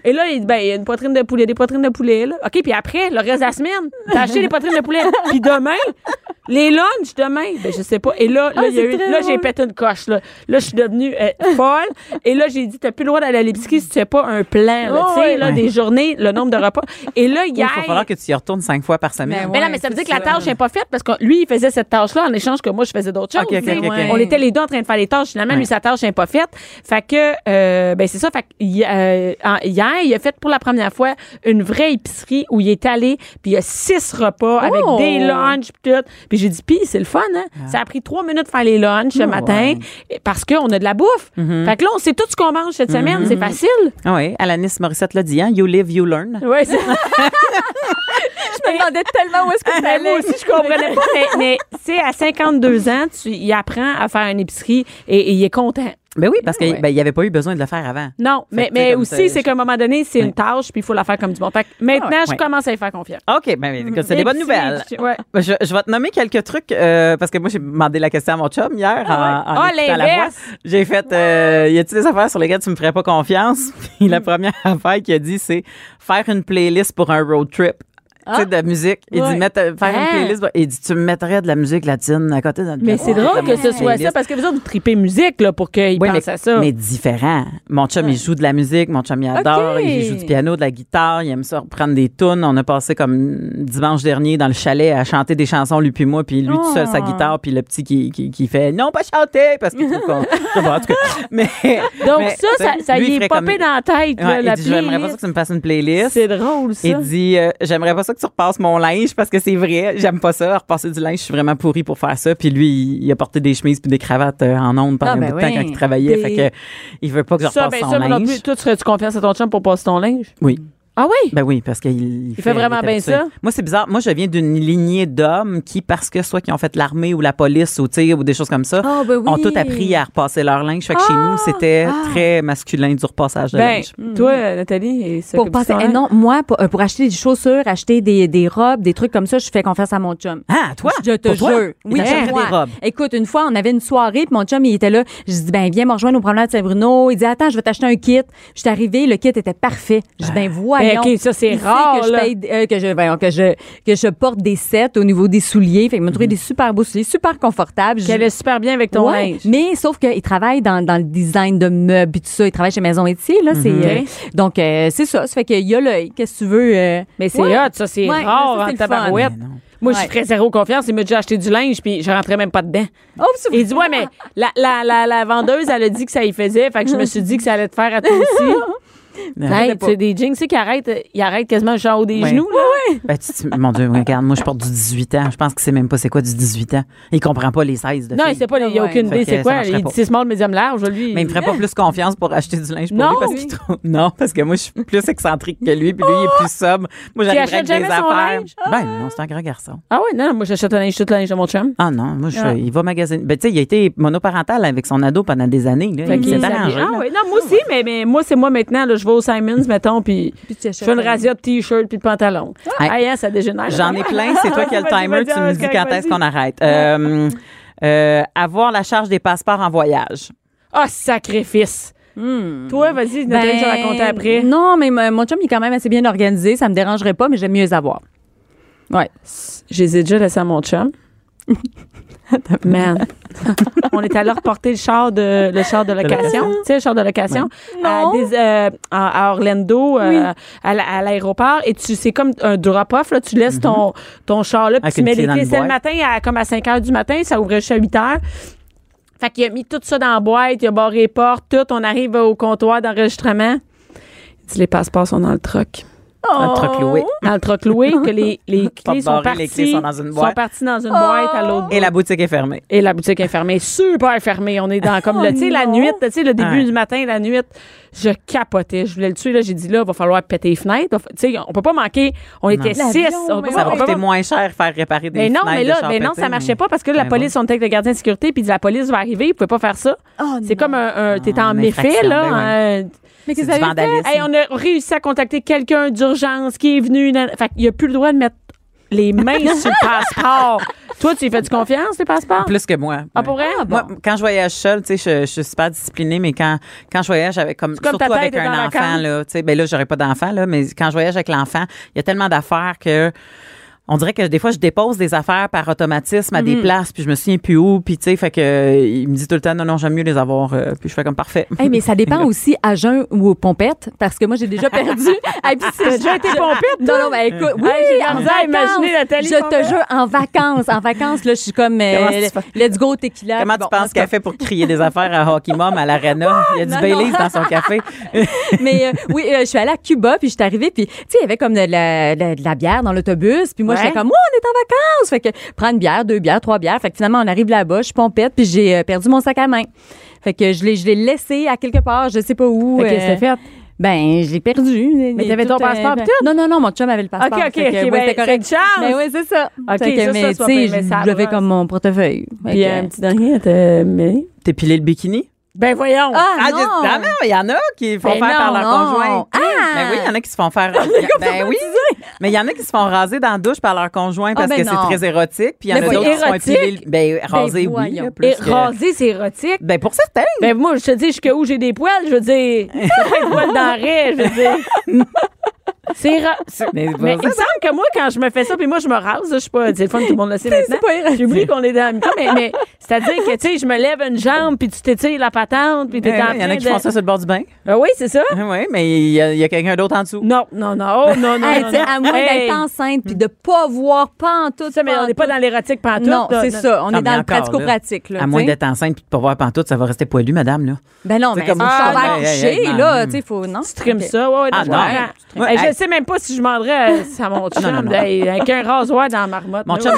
S1: Et là, il dit, ben, il y a une poitrine de poulet, des poitrines de poulet, là. OK, puis après, le reste de la semaine, t'as acheté des poitrines de
S2: [laughs]
S1: poulet. Puis demain, les lunchs demain, ben, je sais pas. Et là, là, il y a
S2: Ah, c'est
S1: eu-
S2: très
S1: là, j'ai
S2: drôle.
S1: pété une coche, là. Là, je suis devenue euh, folle. Et là, j'ai dit, t'as plus le droit d'aller à l'épicerie si tu fais pas un plan, là,
S2: Oh,
S1: tu sais,
S2: ouais.
S1: là, des journées, le nombre de repas. Et là,
S3: Il
S1: hier.
S3: va falloir que tu y retournes cinq fois par semaine.
S2: Mais
S1: Mais
S2: ouais.
S1: non, Ben mais ça veut dire
S2: c'est
S1: que la
S2: ça.
S1: tâche n'est pas faite parce que lui, il faisait cette tâche-là en échange que moi, je faisais d'autres choses.
S3: Ok, ok,
S1: tu sais.
S3: ok, ok.
S1: On était les deux en train de faire les tâches. Finalement, lui,
S3: Ouais.
S1: sa tâche n'est pas faite. Fait que, euh, ben, c'est ça. Fait que, hi- euh, en- hier, il a fait pour la première fois une vraie épicerie où il est allé, puis il y a six repas avec
S2: Oh!
S1: des lunchs, puis tout. Puis j'ai dit, pis c'est le fun, hein? Ça a pris trois minutes de faire les lunchs le matin et- parce qu'on a de la bouffe. Fait que là, on sait tout ce qu'on mange cette semaine. C'est facile.
S3: Ah oui, Alanis Morissette l'a dit, hein, You live, you learn.
S1: Ouais, [laughs] c'est-
S2: Je me demandais tellement où est-ce que
S1: Ben, moi aussi, je comprenais pas. Mais, mais tu sais, à 52 ans, tu il apprend à faire une épicerie et, et il est content.
S3: Ben oui, parce qu'il
S2: Ouais.
S3: ben, n'y avait pas eu besoin de le faire avant.
S1: Non, mais,
S3: Fait que, tu sais,
S1: mais
S3: comme
S1: aussi,
S3: ça,
S1: c'est
S3: je-
S1: qu'à un moment donné, c'est une tâche, puis il faut la faire comme du bon. Fait que maintenant, je
S3: Ah, ouais.
S1: commence à y faire confiance.
S3: OK, ben, écoute, c'est des bonnes
S1: Épicerie,
S3: nouvelles. Ben,
S1: tu- ouais.
S3: Je, je vais te nommer quelques trucs euh, parce que moi j'ai demandé la question à mon chum hier en, en
S1: Ah,
S3: écoutant la voix.
S1: l'inverse.
S3: J'ai fait euh, y a-t-il des affaires sur lesquelles tu me ferais pas confiance [laughs] Puis
S1: Hmm.
S3: la première affaire qu'il a dit c'est faire une playlist pour un road trip. Tu sais, de musique. Il
S1: Ah! Ouais.
S3: dit, mettre- faire
S1: Hein?
S3: une playlist. Il dit, tu me mettrais de la musique latine à côté d'un
S1: Mais c'est drôle que ce soit ça, parce que vous autres, vous tripez musique là, pour qu'il
S3: Oui,
S1: pense
S3: mais,
S1: à ça.
S3: mais différent. Mon chum, il joue de la musique, mon chum, il adore,
S2: Ok.
S3: il joue du piano, de la guitare, il aime ça reprendre des tunes. On a passé comme dimanche dernier dans le chalet à chanter des chansons, lui puis moi, puis lui tout
S1: Oh.
S3: seul, sa guitare, puis le petit qui, qui, qui fait non, pas chanter, parce qu'il trouve
S1: [laughs]
S3: qu'on. je sais pas, en tout cas. Mais,
S1: Donc
S3: mais,
S1: ça, ça, ça
S3: lui, il
S1: y est
S3: ferait
S1: popé
S3: comme-
S1: dans la tête, là,
S3: Ouais, il
S1: la
S3: dit, j'aimerais pas ça
S1: playlist.
S3: que tu me fasses une playlist.
S1: C'est drôle, ça.
S3: Il dit euh, j'aimerais pas ça que tu repasses mon linge parce que c'est vrai, j'aime pas ça repasser du linge, je suis vraiment pourrie pour faire ça. Puis lui, il, il a porté des chemises puis des cravates euh, en ondes pendant
S2: Ah, ben
S3: un bout de temps
S2: oui.
S3: quand il travaillait,
S1: Des-
S3: fait que il veut pas que je
S1: ça,
S3: repasse
S1: ben
S3: son
S1: ça, moi non
S3: linge.
S1: plus. Toi, tu serais-tu confiance à ton chum pour passer ton linge?
S3: Oui.
S1: Ah oui?
S3: Ben oui, parce qu'il
S1: fait vraiment
S3: il est
S1: bien
S3: habitué.
S1: ça?
S3: Moi, c'est bizarre. Moi, je viens d'une lignée d'hommes qui, parce que soit qui ont fait l'armée ou la police ou, tu sais, ou des choses comme ça,
S2: Ah, ben oui.
S3: ont tout appris à repasser leur linge. Fait que chez nous, c'était très masculin du repassage de
S1: Ben,
S3: linge.
S1: toi, Nathalie, c'est
S2: Pour passer, eh non, moi, pour, euh, pour acheter des chaussures, acheter des, des robes, des trucs comme ça, je fais confiance à mon chum.
S3: Ah, toi?
S2: Je te
S3: Pour toi?
S2: jure.
S3: Il
S2: Oui, hein?
S3: t'achèterait
S2: pour moi.
S3: des robes.
S2: Écoute, une fois, on avait une soirée, puis mon chum, il était là. Je dis, ben, viens me rejoindre au promenade Saint-Bruno. Il dit, attends, je vais t'acheter un kit. Je suis arrivée, le kit était parfait. Je dis, ben,
S3: Ah.
S2: voyons.
S1: Ben, OK, ça, c'est
S2: Il sait
S1: rare,
S2: Que je,
S1: là.
S2: paye- euh, que, je, voyons, que, je, que je porte des sets au niveau des souliers. Fait qu'il m'a
S3: Mhm.
S2: trouvé des super beaux souliers, super confortables. Je-
S1: Qu'elle est super bien avec ton
S2: Ouais,
S1: linge.
S2: Mais sauf qu'il travaille dans, dans le design de meubles et tout ça. Il travaille chez Maison Etier, là.
S1: Mhm.
S2: c'est, euh, donc, euh, c'est ça. Ça fait qu'il y a l'œil. Qu'est-ce que tu veux? euh,
S1: Mais c'est
S2: ouais.
S1: hot, ça, c'est
S2: Ouais,
S1: rare
S2: ça,
S1: en
S2: c'est le fun.
S1: tabarouette.
S3: Mais non.
S1: Moi, je
S2: Ouais.
S1: ferais zéro confiance. Il m'a déjà acheté du linge, puis je rentrais même pas dedans.
S2: Oh, c'est
S1: Il dit, ouais, mais la, la, la, la vendeuse, elle a dit que ça y faisait, fait que je me suis dit que ça allait te faire à toi
S3: [laughs]
S1: aussi.
S3: Ouais.
S1: hey, tu sais, des jeans, tu sais, qui arrêtent, euh, ils arrêtent quasiment le haut des
S3: Ouais.
S1: genoux, là.
S3: Ben, tu- tu- mon Dieu, regarde, moi, je porte du 18 ans. Je pense qu'il sait même pas c'est quoi du 18 ans. Il comprend pas les 16 de
S1: Non,
S3: filles.
S1: il sait pas, il n'y a
S2: Ouais.
S1: aucune
S3: Fait
S1: idée,
S3: que
S1: c'est
S3: ça
S1: quoi.
S3: marcherait
S1: Il
S3: pas.
S1: dit, c'est small, medium, large, lui.
S3: Mais il me ferait pas plus confiance pour acheter du linge pour
S1: Non.
S3: lui parce qu'il trouve. Non, parce que moi, je suis plus excentrique que lui, puis lui, il est plus sobre. Moi, j'arriverais avec
S1: achètes
S3: des
S1: jamais son
S3: affaires.
S1: linge?
S3: Ben, non, c'est un grand garçon.
S1: Ah ouais, non, moi, j'achète un linge, tout le linge de mon chum.
S3: Ah non, moi, je,
S1: Ah.
S3: il va magasiner. Ben, tu sais, il a été monoparental avec son ado pendant des années. Là.
S1: Fait
S3: Il
S1: qu'il
S3: s'est
S1: s'habille-
S3: arrangé.
S1: Ah ouais, non, moi aussi, mais, mais moi, c'est moi maintenant, là, je vais au Simons, mettons, puis
S2: Puis
S1: je
S2: tu
S1: fais une
S2: achètes un-
S1: radio de t-shirt puis de pantalon.
S3: Hey.
S1: Ah, yeah, ça dégénère.
S3: J'en ai plein. C'est toi qui as le
S1: [laughs] Vas-y,
S3: timer.
S1: vas-y,
S3: Tu me dis
S1: Oscar,
S3: quand
S1: vas-y.
S3: est-ce qu'on arrête. Euh, euh, avoir la charge des passeports en voyage.
S1: Ah, sacrifice!
S3: Hmm.
S1: Toi, vas-y, Nathalie, je racontais
S3: Ben,
S1: après.
S2: Ben, Non, mais mon mon chum, il est quand même assez bien organisé. Ça me dérangerait pas, mais j'aime mieux les
S1: [laughs]
S2: avoir. Ouais.
S1: Je les ai déjà laissés à mon chum. [laughs] Man. on est allé reporter le char de, le char de location. Tu sais, le char de location. À,
S2: Non.
S1: des- euh, à- à Orlando, euh, à, la- à l'aéroport. Et tu, c'est comme un drop-off, là. Tu laisses ton, ton char là, puis
S3: Avec
S1: tu
S3: une
S1: mets
S3: clé
S1: les
S3: dans
S1: clés.
S3: une
S1: C'est le
S3: boîte.
S1: matin, à- comme à 5 heures du matin. Ça ouvrait jusqu'à 8 heures. Fait qu'il a mis tout ça dans la boîte. Il a barré les portes, tout. On arrive au comptoir d'enregistrement. Il dit, les passeports sont dans le truck
S3: Un truc loué.
S1: dans le truck loué que les,
S3: [laughs]
S1: les clés sont
S3: barré,
S1: parties.
S3: Oh! les clés sont dans une boîte. Oh!
S1: sont parties dans une boîte à l'autre
S3: Et la boutique est fermée.
S1: Et la boutique est fermée, super fermée. On est dans comme le, tu sais, la
S2: non.
S1: nuit, tu sais, le début
S3: Oh Ouais.
S1: du matin, la nuit, je capotais. Je voulais le tuer, là. J'ai dit, là, va falloir péter les fenêtres. Va fa- Tu sais, on peut pas manquer. On était
S2: L'avion,
S1: six. On
S2: mais
S1: peut pas-
S3: Ça va
S1: on peut
S3: coûter
S1: pas-
S3: moins cher faire réparer des
S1: mais non,
S3: fenêtres
S1: mais
S3: de
S1: là,
S3: char
S1: mais non,
S3: pété,
S1: ça marchait pas parce que là, la
S3: Ben
S1: police, on était avec le gardien de sécurité, puis il dit, la police va arriver, ils pouvaient pas faire ça.
S2: Oh,
S1: C'est
S2: non.
S1: comme un, un- t'es
S3: Ah,
S1: en
S3: une
S1: méfait,
S3: infraction,
S1: là.
S3: ben
S1: un-
S2: Mais
S3: C'est
S2: qu'est-ce que
S3: du
S2: vous avez fait?
S3: vandalisme.
S1: Hey, on a réussi à contacter quelqu'un d'urgence qui est venu. nan- Fait qu'il n'y a plus le droit de mettre les mains sur
S3: [laughs]
S1: le passeport. Toi, tu y fais-tu confiance, les passeports?
S3: Plus que moi.
S1: Ah,
S3: ouais.
S1: pour vrai?
S3: Moi, quand je voyage seule, tu sais, je, je suis super disciplinée, mais quand, quand je voyage avec, comme,
S1: comme
S3: surtout
S1: ta tête
S3: avec
S1: est en
S3: un enfant,
S1: vacances.
S3: là, tu sais, ben là, j'aurais pas d'enfant, là, mais quand je voyage avec l'enfant, il y a tellement d'affaires que, on dirait que des fois, je dépose des affaires par automatisme à
S1: Mm.
S3: des places, puis je me souviens plus où, puis tu sais, fait que, euh, il me dit tout le temps, non, non, j'aime mieux les avoir, euh, puis je fais comme parfait.
S2: Hey, mais ça dépend aussi à jeun ou aux pompettes, parce que moi, j'ai déjà
S1: [laughs]
S2: perdu. Hey, puis si
S1: T'as déjà
S2: je-
S1: été
S2: je-
S1: pompette,
S2: Non, non, mais écoute, oui,
S1: Hey, j'ai de la
S2: en
S1: misère à
S2: vacances.
S1: imaginer Nathalie
S2: Je
S1: pompette.
S2: te jure, en vacances, en vacances, là, je suis comme,
S3: Comment
S2: euh,
S3: tu fais?
S2: let's go,
S1: euh,
S2: tequila.
S3: Comment
S2: Bon,
S3: tu penses
S2: en
S3: qu'elle
S2: tout
S3: fait pour crier des affaires à Hockey Mom
S1: [laughs]
S3: à l'arena? Il y a du
S2: non,
S3: Baileys
S2: non.
S3: dans son café.
S2: cas, Mais euh, oui, euh, je suis allée à Cuba, puis je suis arrivée, puis tu sais, il y avait comme de la, de la- de la bière dans l'autobus, puis moi,
S1: Ouais.
S2: j'étais comme, moi, on est en vacances! Fait que, prends une bière, deux bières, trois bières. Fait que finalement, on arrive là-bas, je suis pompette, puis j'ai euh, perdu mon sac à main. Fait que je l'ai je l'ai laissé à quelque part, je sais pas où. euh,
S1: Fait que c'était fait.
S2: Ben, je l'ai perdu. Mais euh, ben,
S1: t'avais ton passeport pis tout?
S2: Non, non, non, mon chum avait le
S3: Ah,
S2: passeport.
S1: Ok, ok,
S2: Fait que,
S1: ok,
S2: ouais,
S1: ben,
S2: c'était correct.
S1: c'est une chance.
S2: Mais oui, c'est ça.
S1: Ok,
S2: Fait que,
S1: juste ça, tu
S2: mais tu
S1: vas
S2: sais,
S1: pas aimer ça,
S2: je l'avais
S1: avance.
S2: comme mon portefeuille. euh, Fait
S1: Puis euh,
S2: que,
S1: un petit dernier, t'as mais-
S3: T'es pilé le bikini?
S1: Ben voyons.
S2: Ah,
S3: Ah,
S2: non!
S3: juste- ah non, il y en a qui font
S2: Ben
S3: faire par
S2: non,
S3: leur
S2: non.
S3: conjoint.
S2: Ah!
S3: Ben oui, il y en a qui se font faire. ben oui. Mais il y en a qui se font raser dans la douche par leur conjoint parce
S2: ben
S3: que
S2: non.
S3: c'est très érotique. Puis il y en
S1: Mais
S3: a
S1: c'est
S3: d'autres qui se font
S1: érotique?
S3: épiler le- Ben, raser, oui.
S2: voyons.
S3: là, plus
S1: Et
S3: que-
S1: raser, c'est érotique.
S3: Ben, pour certains.
S1: Ben moi, je te dis jusqu'à où j'ai des poils, je veux dire. C'est pas une poil d'arrêt, je veux dire.
S3: [laughs]
S1: C'est ra- c'est-
S3: Mais,
S1: Mais
S3: vas-y.
S1: il me semble que moi, quand je me fais ça, puis moi, je me rase, là, je suis pas. C'est le fun, tout le monde le sait maintenant. J'oublie qu'on est dans la mi-temps, mais, mais c'est-à-dire que, tu sais, je me lève une jambe, puis tu t'étires la patente, puis t'es en
S3: Ben,
S1: train
S3: il y en a qui
S1: de-
S3: font ça sur le bord du bain.
S1: Ah oui, c'est ça?
S3: Ah Oui, mais il y a, il y a quelqu'un d'autre en dessous.
S1: Non, non, non, oh, non, non.
S2: Hey,
S1: non,
S2: tu sais,
S1: non.
S2: à moins
S1: Hey,
S2: d'être enceinte puis de pas voir pas en tout.
S1: Ça, mais on n'est pas dans l'érotique pantoute.
S2: Non,
S1: là.
S2: c'est ça. On
S3: Non,
S2: est dans
S3: mais
S2: le
S3: encore, là,
S2: pratico-pratique. là,
S3: à
S2: tu
S3: moins
S2: sais.
S3: d'être enceinte puis de pas voir pantoute, ça va rester poilu, madame, là.
S2: Ben non,
S3: C'est
S2: mais
S3: comme-
S2: comme ça va
S3: Ah, hey, hey,
S2: coucher,
S3: hey,
S2: là,
S3: man.
S2: tu sais, faut. Non.
S1: Tu trimes ça, ouais, ouais,
S3: Ah,
S1: je
S3: non.
S1: comprends.
S3: Tu trimes.
S1: Hey, Je sais
S3: Hey.
S1: même pas si je demanderais euh, à mon
S3: non,
S1: chum
S3: non.
S1: hey, avec un rasoir dans la marmotte.
S3: Mon
S1: là.
S3: chum,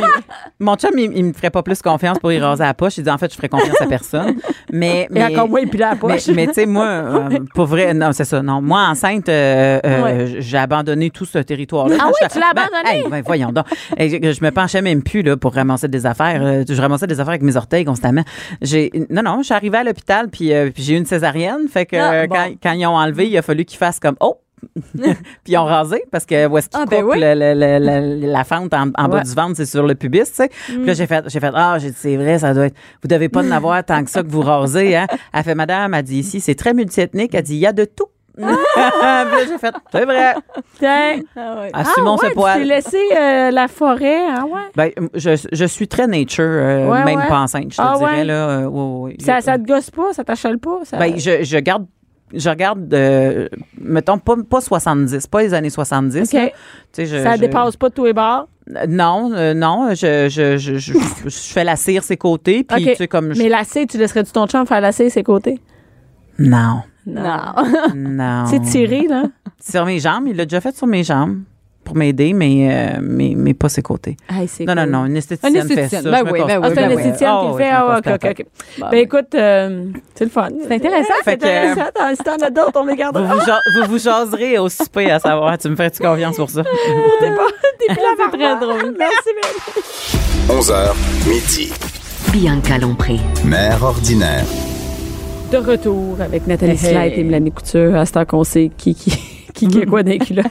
S3: il, mon chum, il, il me ferait pas plus confiance pour y raser la poche. Il dit, en fait, je ferais confiance à personne. Mais,
S1: Et
S3: mais,
S1: encore moins, puis la poche.
S3: Mais, mais tu
S1: [laughs]
S3: sais, moi, euh, pour vrai, non, c'est ça. Non, moi, enceinte, euh, euh,
S1: Ouais.
S3: j'ai abandonné tout ce territoire-là.
S1: Ah
S3: Quand
S1: oui,
S3: je-
S1: tu l'as
S3: ben,
S1: abandonné?
S3: hey, ben, voyons donc. Et je, je me penchais même plus là, pour ramasser des affaires. Euh, Je ramassais des affaires avec mes orteils constamment. J'ai, non, non, je suis arrivée à l'hôpital, puis, euh, puis j'ai eu une césarienne. Fait que
S2: Ah,
S3: euh,
S2: bon.
S3: quand, quand ils ont enlevé, il a fallu qu'ils fassent comme, oh! [laughs] puis ils ont rasé parce que où est-ce qu'ils
S2: Ah, ben
S3: coupent
S2: oui.
S3: le- le- le- le- la fente en, en
S1: Ouais. Mm.
S3: bas du ventre, c'est sur le pubis, tu sais. Puis là, j'ai fait, j'ai fait, ah, j'ai dit, c'est vrai, ça doit être, vous devez pas en avoir tant que ça que vous rasez, hein. Elle fait, madame, elle dit, ici, c'est très multiethnique, elle dit, il y a de tout. [laughs] Puis
S1: Ah!
S3: là, j'ai fait, c'est vrai,
S1: Tiens.
S3: assumons
S1: Ah, ouais,
S3: ce
S1: Tu t'es
S3: poil.
S1: laissé euh, la forêt, ah ouais?
S3: Ben, je, je suis très nature, euh,
S1: Ouais,
S3: même
S1: ouais.
S3: pas enceinte, je te
S1: Ah,
S3: dirais,
S1: ouais.
S3: là. euh, ouais, ouais.
S1: Puis Ça, ça te gosse pas, ça t'achale pas? Ça... euh.
S3: Ben, je, je garde, je regarde, euh, mettons, pas, pas 70, pas les années 70.
S1: OK.
S3: là. Tu sais, je-
S1: ça
S3: je-
S1: dépasse pas de tous les bords.
S3: Euh, Non, euh, non, je, je,
S1: [laughs]
S3: je, je, je fais la cire ses côtés, puis
S1: OK.
S3: tu sais, comme... Je...
S1: Mais lasser, tu laisserais-tu ton chum faire lasser ses côtés?
S3: Non,
S2: Non. [laughs]
S3: non.
S1: Tu sais, tirer, là.
S3: Sur mes jambes, il l'a déjà fait sur mes jambes pour m'aider, mais, euh, mais, mais pas ses côtés. Non, non, non, une esthéticienne,
S2: Une esthéticienne,
S3: fait ça.
S2: ben
S3: je me
S2: oui, ben
S3: constate-
S2: oui,
S1: Ah, c'est un
S2: ben oui.
S1: esthétien qui
S3: Ah,
S1: le
S3: oui,
S1: fait.
S3: je me
S1: Ah, ok,
S3: constate.
S1: ok, ok. Ben, écoute, euh, c'est le fun. euh, C'est
S2: intéressant.
S1: C'est
S3: Fait que-
S1: intéressant. Attends, Si t'en as d'autres, on les [laughs]
S3: Vous
S1: gardera.
S3: vous, ja- vous vous jaserez au souper à savoir, tu me fais-tu confiance
S1: [laughs]
S3: pour ça?
S1: T'es pas- t'es plus là, C'est très drôle. Merci, Mélanie.
S4: 11h, midi.
S5: Bianca Lompré.
S4: Mère ordinaire.
S1: De retour avec Nathalie
S2: Hey, hey.
S1: Slide et Mélanie Couture, à ce temps qu'on sait qui qui, qui, qui a quoi dans les culottes.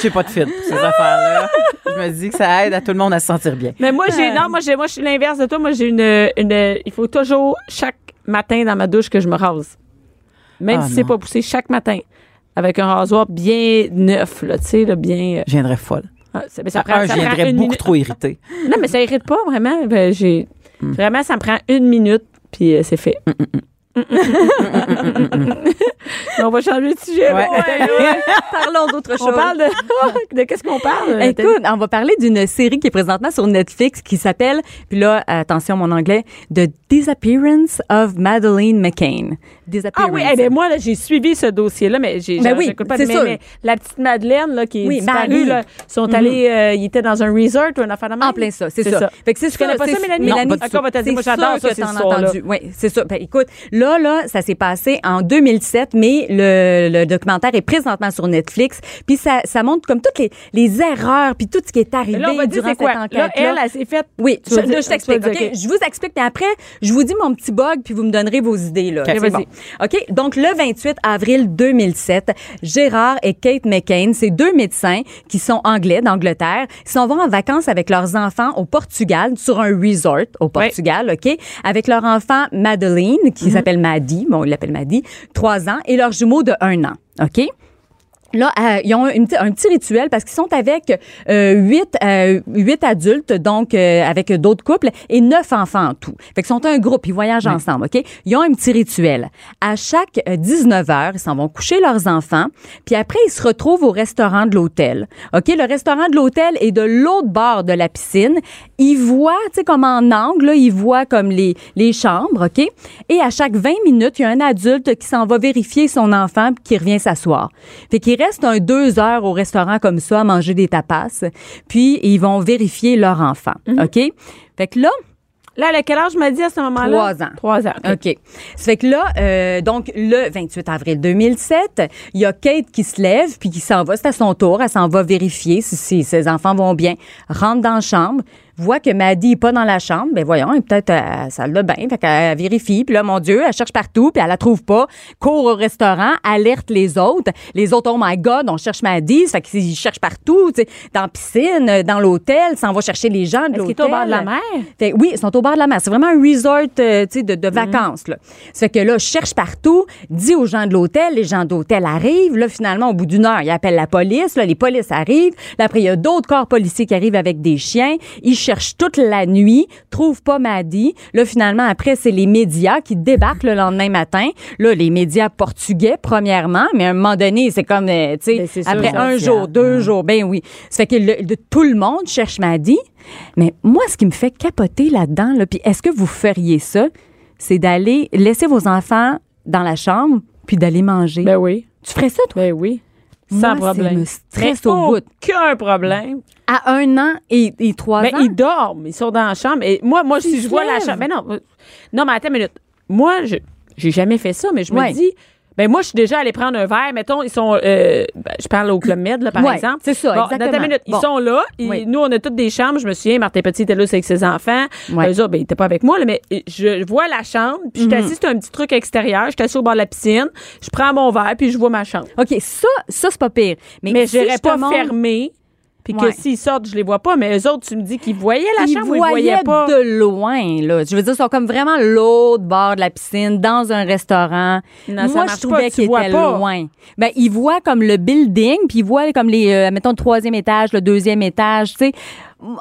S3: J'ai pas de fil pour ces affaires-là. Je me dis que ça aide à tout le monde à se sentir bien.
S1: Mais moi, j'ai, non, moi, j'ai, moi, je suis l'inverse de toi. Moi, j'ai une, une, il faut toujours, chaque matin dans ma douche que je me rase. Même
S3: Ah,
S1: si c'est
S3: non.
S1: pas poussé, chaque matin. Avec un rasoir bien neuf, là, tu sais, là, bien. euh,
S3: Je viendrais folle.
S1: Ah, ça, mais ça
S3: Ça
S1: prend, ça
S3: je
S1: prend
S3: viendrais
S1: une
S3: beaucoup
S1: minute.
S3: trop Mm. irritée.
S1: Non, mais ça irrite pas, vraiment. Ben, j'ai... Vraiment, ça me prend une minute, puis euh, c'est fait.
S3: Mm,
S1: [laughs] On va changer de sujet.
S2: [laughs]
S3: Ouais.
S1: bon,
S3: [laughs]
S1: ouais, ouais.
S2: Parlons d'autre chose.
S1: On parle de, [laughs] de qu'est-ce qu'on parle?
S2: Écoute, on va parler d'une série qui est présentement sur Netflix qui s'appelle, puis là, attention mon anglais, The Disappearance of Madeleine McCain.
S1: Ah
S2: Disappearance.
S1: oui, eh ben moi là, j'ai suivi ce dossier-là, mais j'ai
S2: Ben
S1: j'en-
S2: oui,
S1: j'écoute pas
S2: c'est
S1: mais,
S2: sûr.
S1: mais la petite Madeleine là, qui est
S2: Oui,
S1: disparue,
S2: Marie. Mhm.
S1: là, sont allés, euh, ils étaient dans un resort ou un affaire de même.
S2: En plein ça, c'est ça. Fait que c'est
S1: Tu connais pas
S2: c'est-
S1: ça, Mélanie?
S2: Non,
S1: Mélanie,
S2: pas du
S1: encore,
S2: tout.
S1: va te dire,
S2: C'est
S1: moi, j'adore
S2: sûr
S1: ça,
S2: que
S1: ces
S2: t'en as
S1: histoires-là.
S2: entendu. Oui, c'est ça. Ben, écoute, là, là, ça s'est passé en 2007, mais le, le documentaire est présentement sur Netflix. Puis ça, ça montre comme toutes les, les erreurs, puis tout ce qui est arrivé
S1: Mais là, on va dire
S2: durant
S1: c'est
S2: cette
S1: quoi?
S2: enquête
S1: Là, elle, elle s'est faite.
S2: Oui,
S1: Tu
S2: je,
S1: vas dire-
S2: là, je
S1: tu vas
S2: t'explique.
S1: dire,
S2: ok?
S1: ok.
S2: Je vous explique, puis après, je vous dis mon petit bug, puis vous me donnerez vos idées. Là.
S3: Ok,
S2: C'est
S3: vas-y.
S2: bon. OK, donc le 28 avril 2007, Gérard et Kate McCain, ces deux médecins qui sont anglais d'Angleterre, ils s'en vont en vacances avec leurs enfants au Portugal, sur un resort au Portugal, OK, avec leur enfant Madeleine,
S1: Mhm.
S2: qui s'appelle Maddy, bon, il l'appelle Maddy, trois ans, et leur jumeau de un an, OK? Là, euh, ils ont une petit- un petit rituel parce qu'ils sont avec euh, huit, euh, huit adultes, donc euh, avec d'autres couples, et neuf enfants en tout. Fait qu'ils sont un groupe, ils voyagent ensemble, OK? Ils ont un petit rituel. À chaque euh, 19 heures, ils s'en vont coucher leurs enfants, puis après, ils se retrouvent au restaurant de l'hôtel. OK? Le restaurant de l'hôtel est de l'autre bord de la piscine. Ils voient, tu sais, comme en angle, là, ils voient comme les, les chambres, OK? Et à chaque 20 minutes, il y a un adulte qui s'en va vérifier son enfant puis qui revient s'asseoir. Fait qu'il reste un deux heures au restaurant comme ça à manger des tapas, puis ils vont vérifier leur enfant, OK? Fait que là,
S1: Là, elle a quel âge m'a dit à ce moment-là?
S2: Trois ans.
S1: Trois ans. ok.
S2: OK. Ça fait que là, euh, donc, le 28 avril 2007, il y a Kate qui se lève puis qui s'en va. C'est à son tour. Elle s'en va vérifier si, si ses enfants vont bien. Rentre dans la chambre, voit que Maddie n'est pas dans la chambre. Ben voyons, elle est peut-être à la salle de bain. Fait qu'elle vérifie. Puis là, mon Dieu, elle cherche partout puis elle la trouve pas. Court au restaurant, alerte les autres. Les autres, oh my God, on cherche Maddie. Ça fait qu'ils cherchent partout, tu sais, dans la piscine, dans l'hôtel, s'en va chercher les gens de
S1: Est-ce qu'il
S2: l'hôtel.
S1: est au bord de la mer?
S2: Fait- oui, ils sont au bord de la mer. C'est vraiment un resort euh, tu sais, de, de vacances. Là. Ça fait que là, je cherche partout, dis aux gens de l'hôtel, les gens d'hôtel arrivent. Là, finalement, au bout d'une heure, ils appellent la police. Là, les polices arrivent. Là, après, il y a d'autres corps policiers qui arrivent avec des chiens. Ils cherchent toute la nuit, trouvent pas Maddy. Là, finalement, après, c'est les médias qui débarquent le lendemain matin. Là, les médias portugais, premièrement, mais à un moment donné, c'est comme, euh, tu
S1: Ben,
S2: sais,
S1: c'est sûr,
S2: après
S1: c'est
S2: un
S1: fiable.
S2: jour, deux jours, ben oui. Ça fait que le- de, tout le monde cherche Maddy. Mais moi, ce qui me fait capoter là-dedans, là, puis est-ce que vous feriez ça, c'est d'aller laisser vos enfants dans la chambre puis d'aller manger.
S1: Ben oui.
S2: tu ferais ça, toi?
S1: Ben oui.
S2: Moi,
S1: Sans
S2: c'est
S1: problème.
S2: me stresse
S1: Mais
S2: au bout.
S1: Aucun problème.
S2: À un an et, et trois
S1: Ben,
S2: ans?
S1: ils dorment, ils sont dans la chambre. Et moi, moi si
S2: Ils
S1: je vois
S2: se
S1: la
S2: lèvent.
S1: chambre. Ben non, euh, non, mais attends une minute. Moi, je j'ai jamais fait ça, mais je
S2: Ouais.
S1: me dis. Ben moi, je suis déjà allée prendre un verre. Mettons, ils sont. euh, ben, je parle au Club Med, là, par
S2: Ouais,
S1: exemple.
S2: c'est ça,
S1: Bon,
S2: exactement.
S1: attends une minute.
S2: Bon.
S1: Ils sont là. Ils-
S2: Oui.
S1: Nous, on a toutes des chambres. Je me souviens, Martin Petit était là aussi avec ses enfants.
S2: Ouais. Mhm.
S1: Eux autres, ben, ils étaient pas avec moi, là, mais je vois la chambre. Puis je suis assise sur un petit truc extérieur. Je suis assise au bord de la piscine. Je prends mon verre, puis je vois ma chambre.
S2: OK, ça, ça c'est pas pire. Mais,
S1: Mais
S2: si
S1: je n'irais
S2: je te
S1: pas
S2: montre-
S1: fermé. Puis
S2: Ouais.
S1: que s'ils sortent, je les vois pas. Mais eux autres, tu me dis qu'ils voyaient la
S2: ils
S1: chambre ou ils
S2: voyaient
S1: voyaient pas.
S2: de loin, là. Je veux dire, ils sont comme vraiment l'autre bord de la piscine, dans un restaurant.
S1: Non, ça
S2: Moi, je
S1: marche
S2: trouvais
S1: pas, tu
S2: qu'ils
S1: vois
S2: étaient
S1: pas.
S2: loin. Ben, ils voient comme le building, puis ils voient comme les, euh, mettons, le troisième étage, le deuxième étage, tu sais.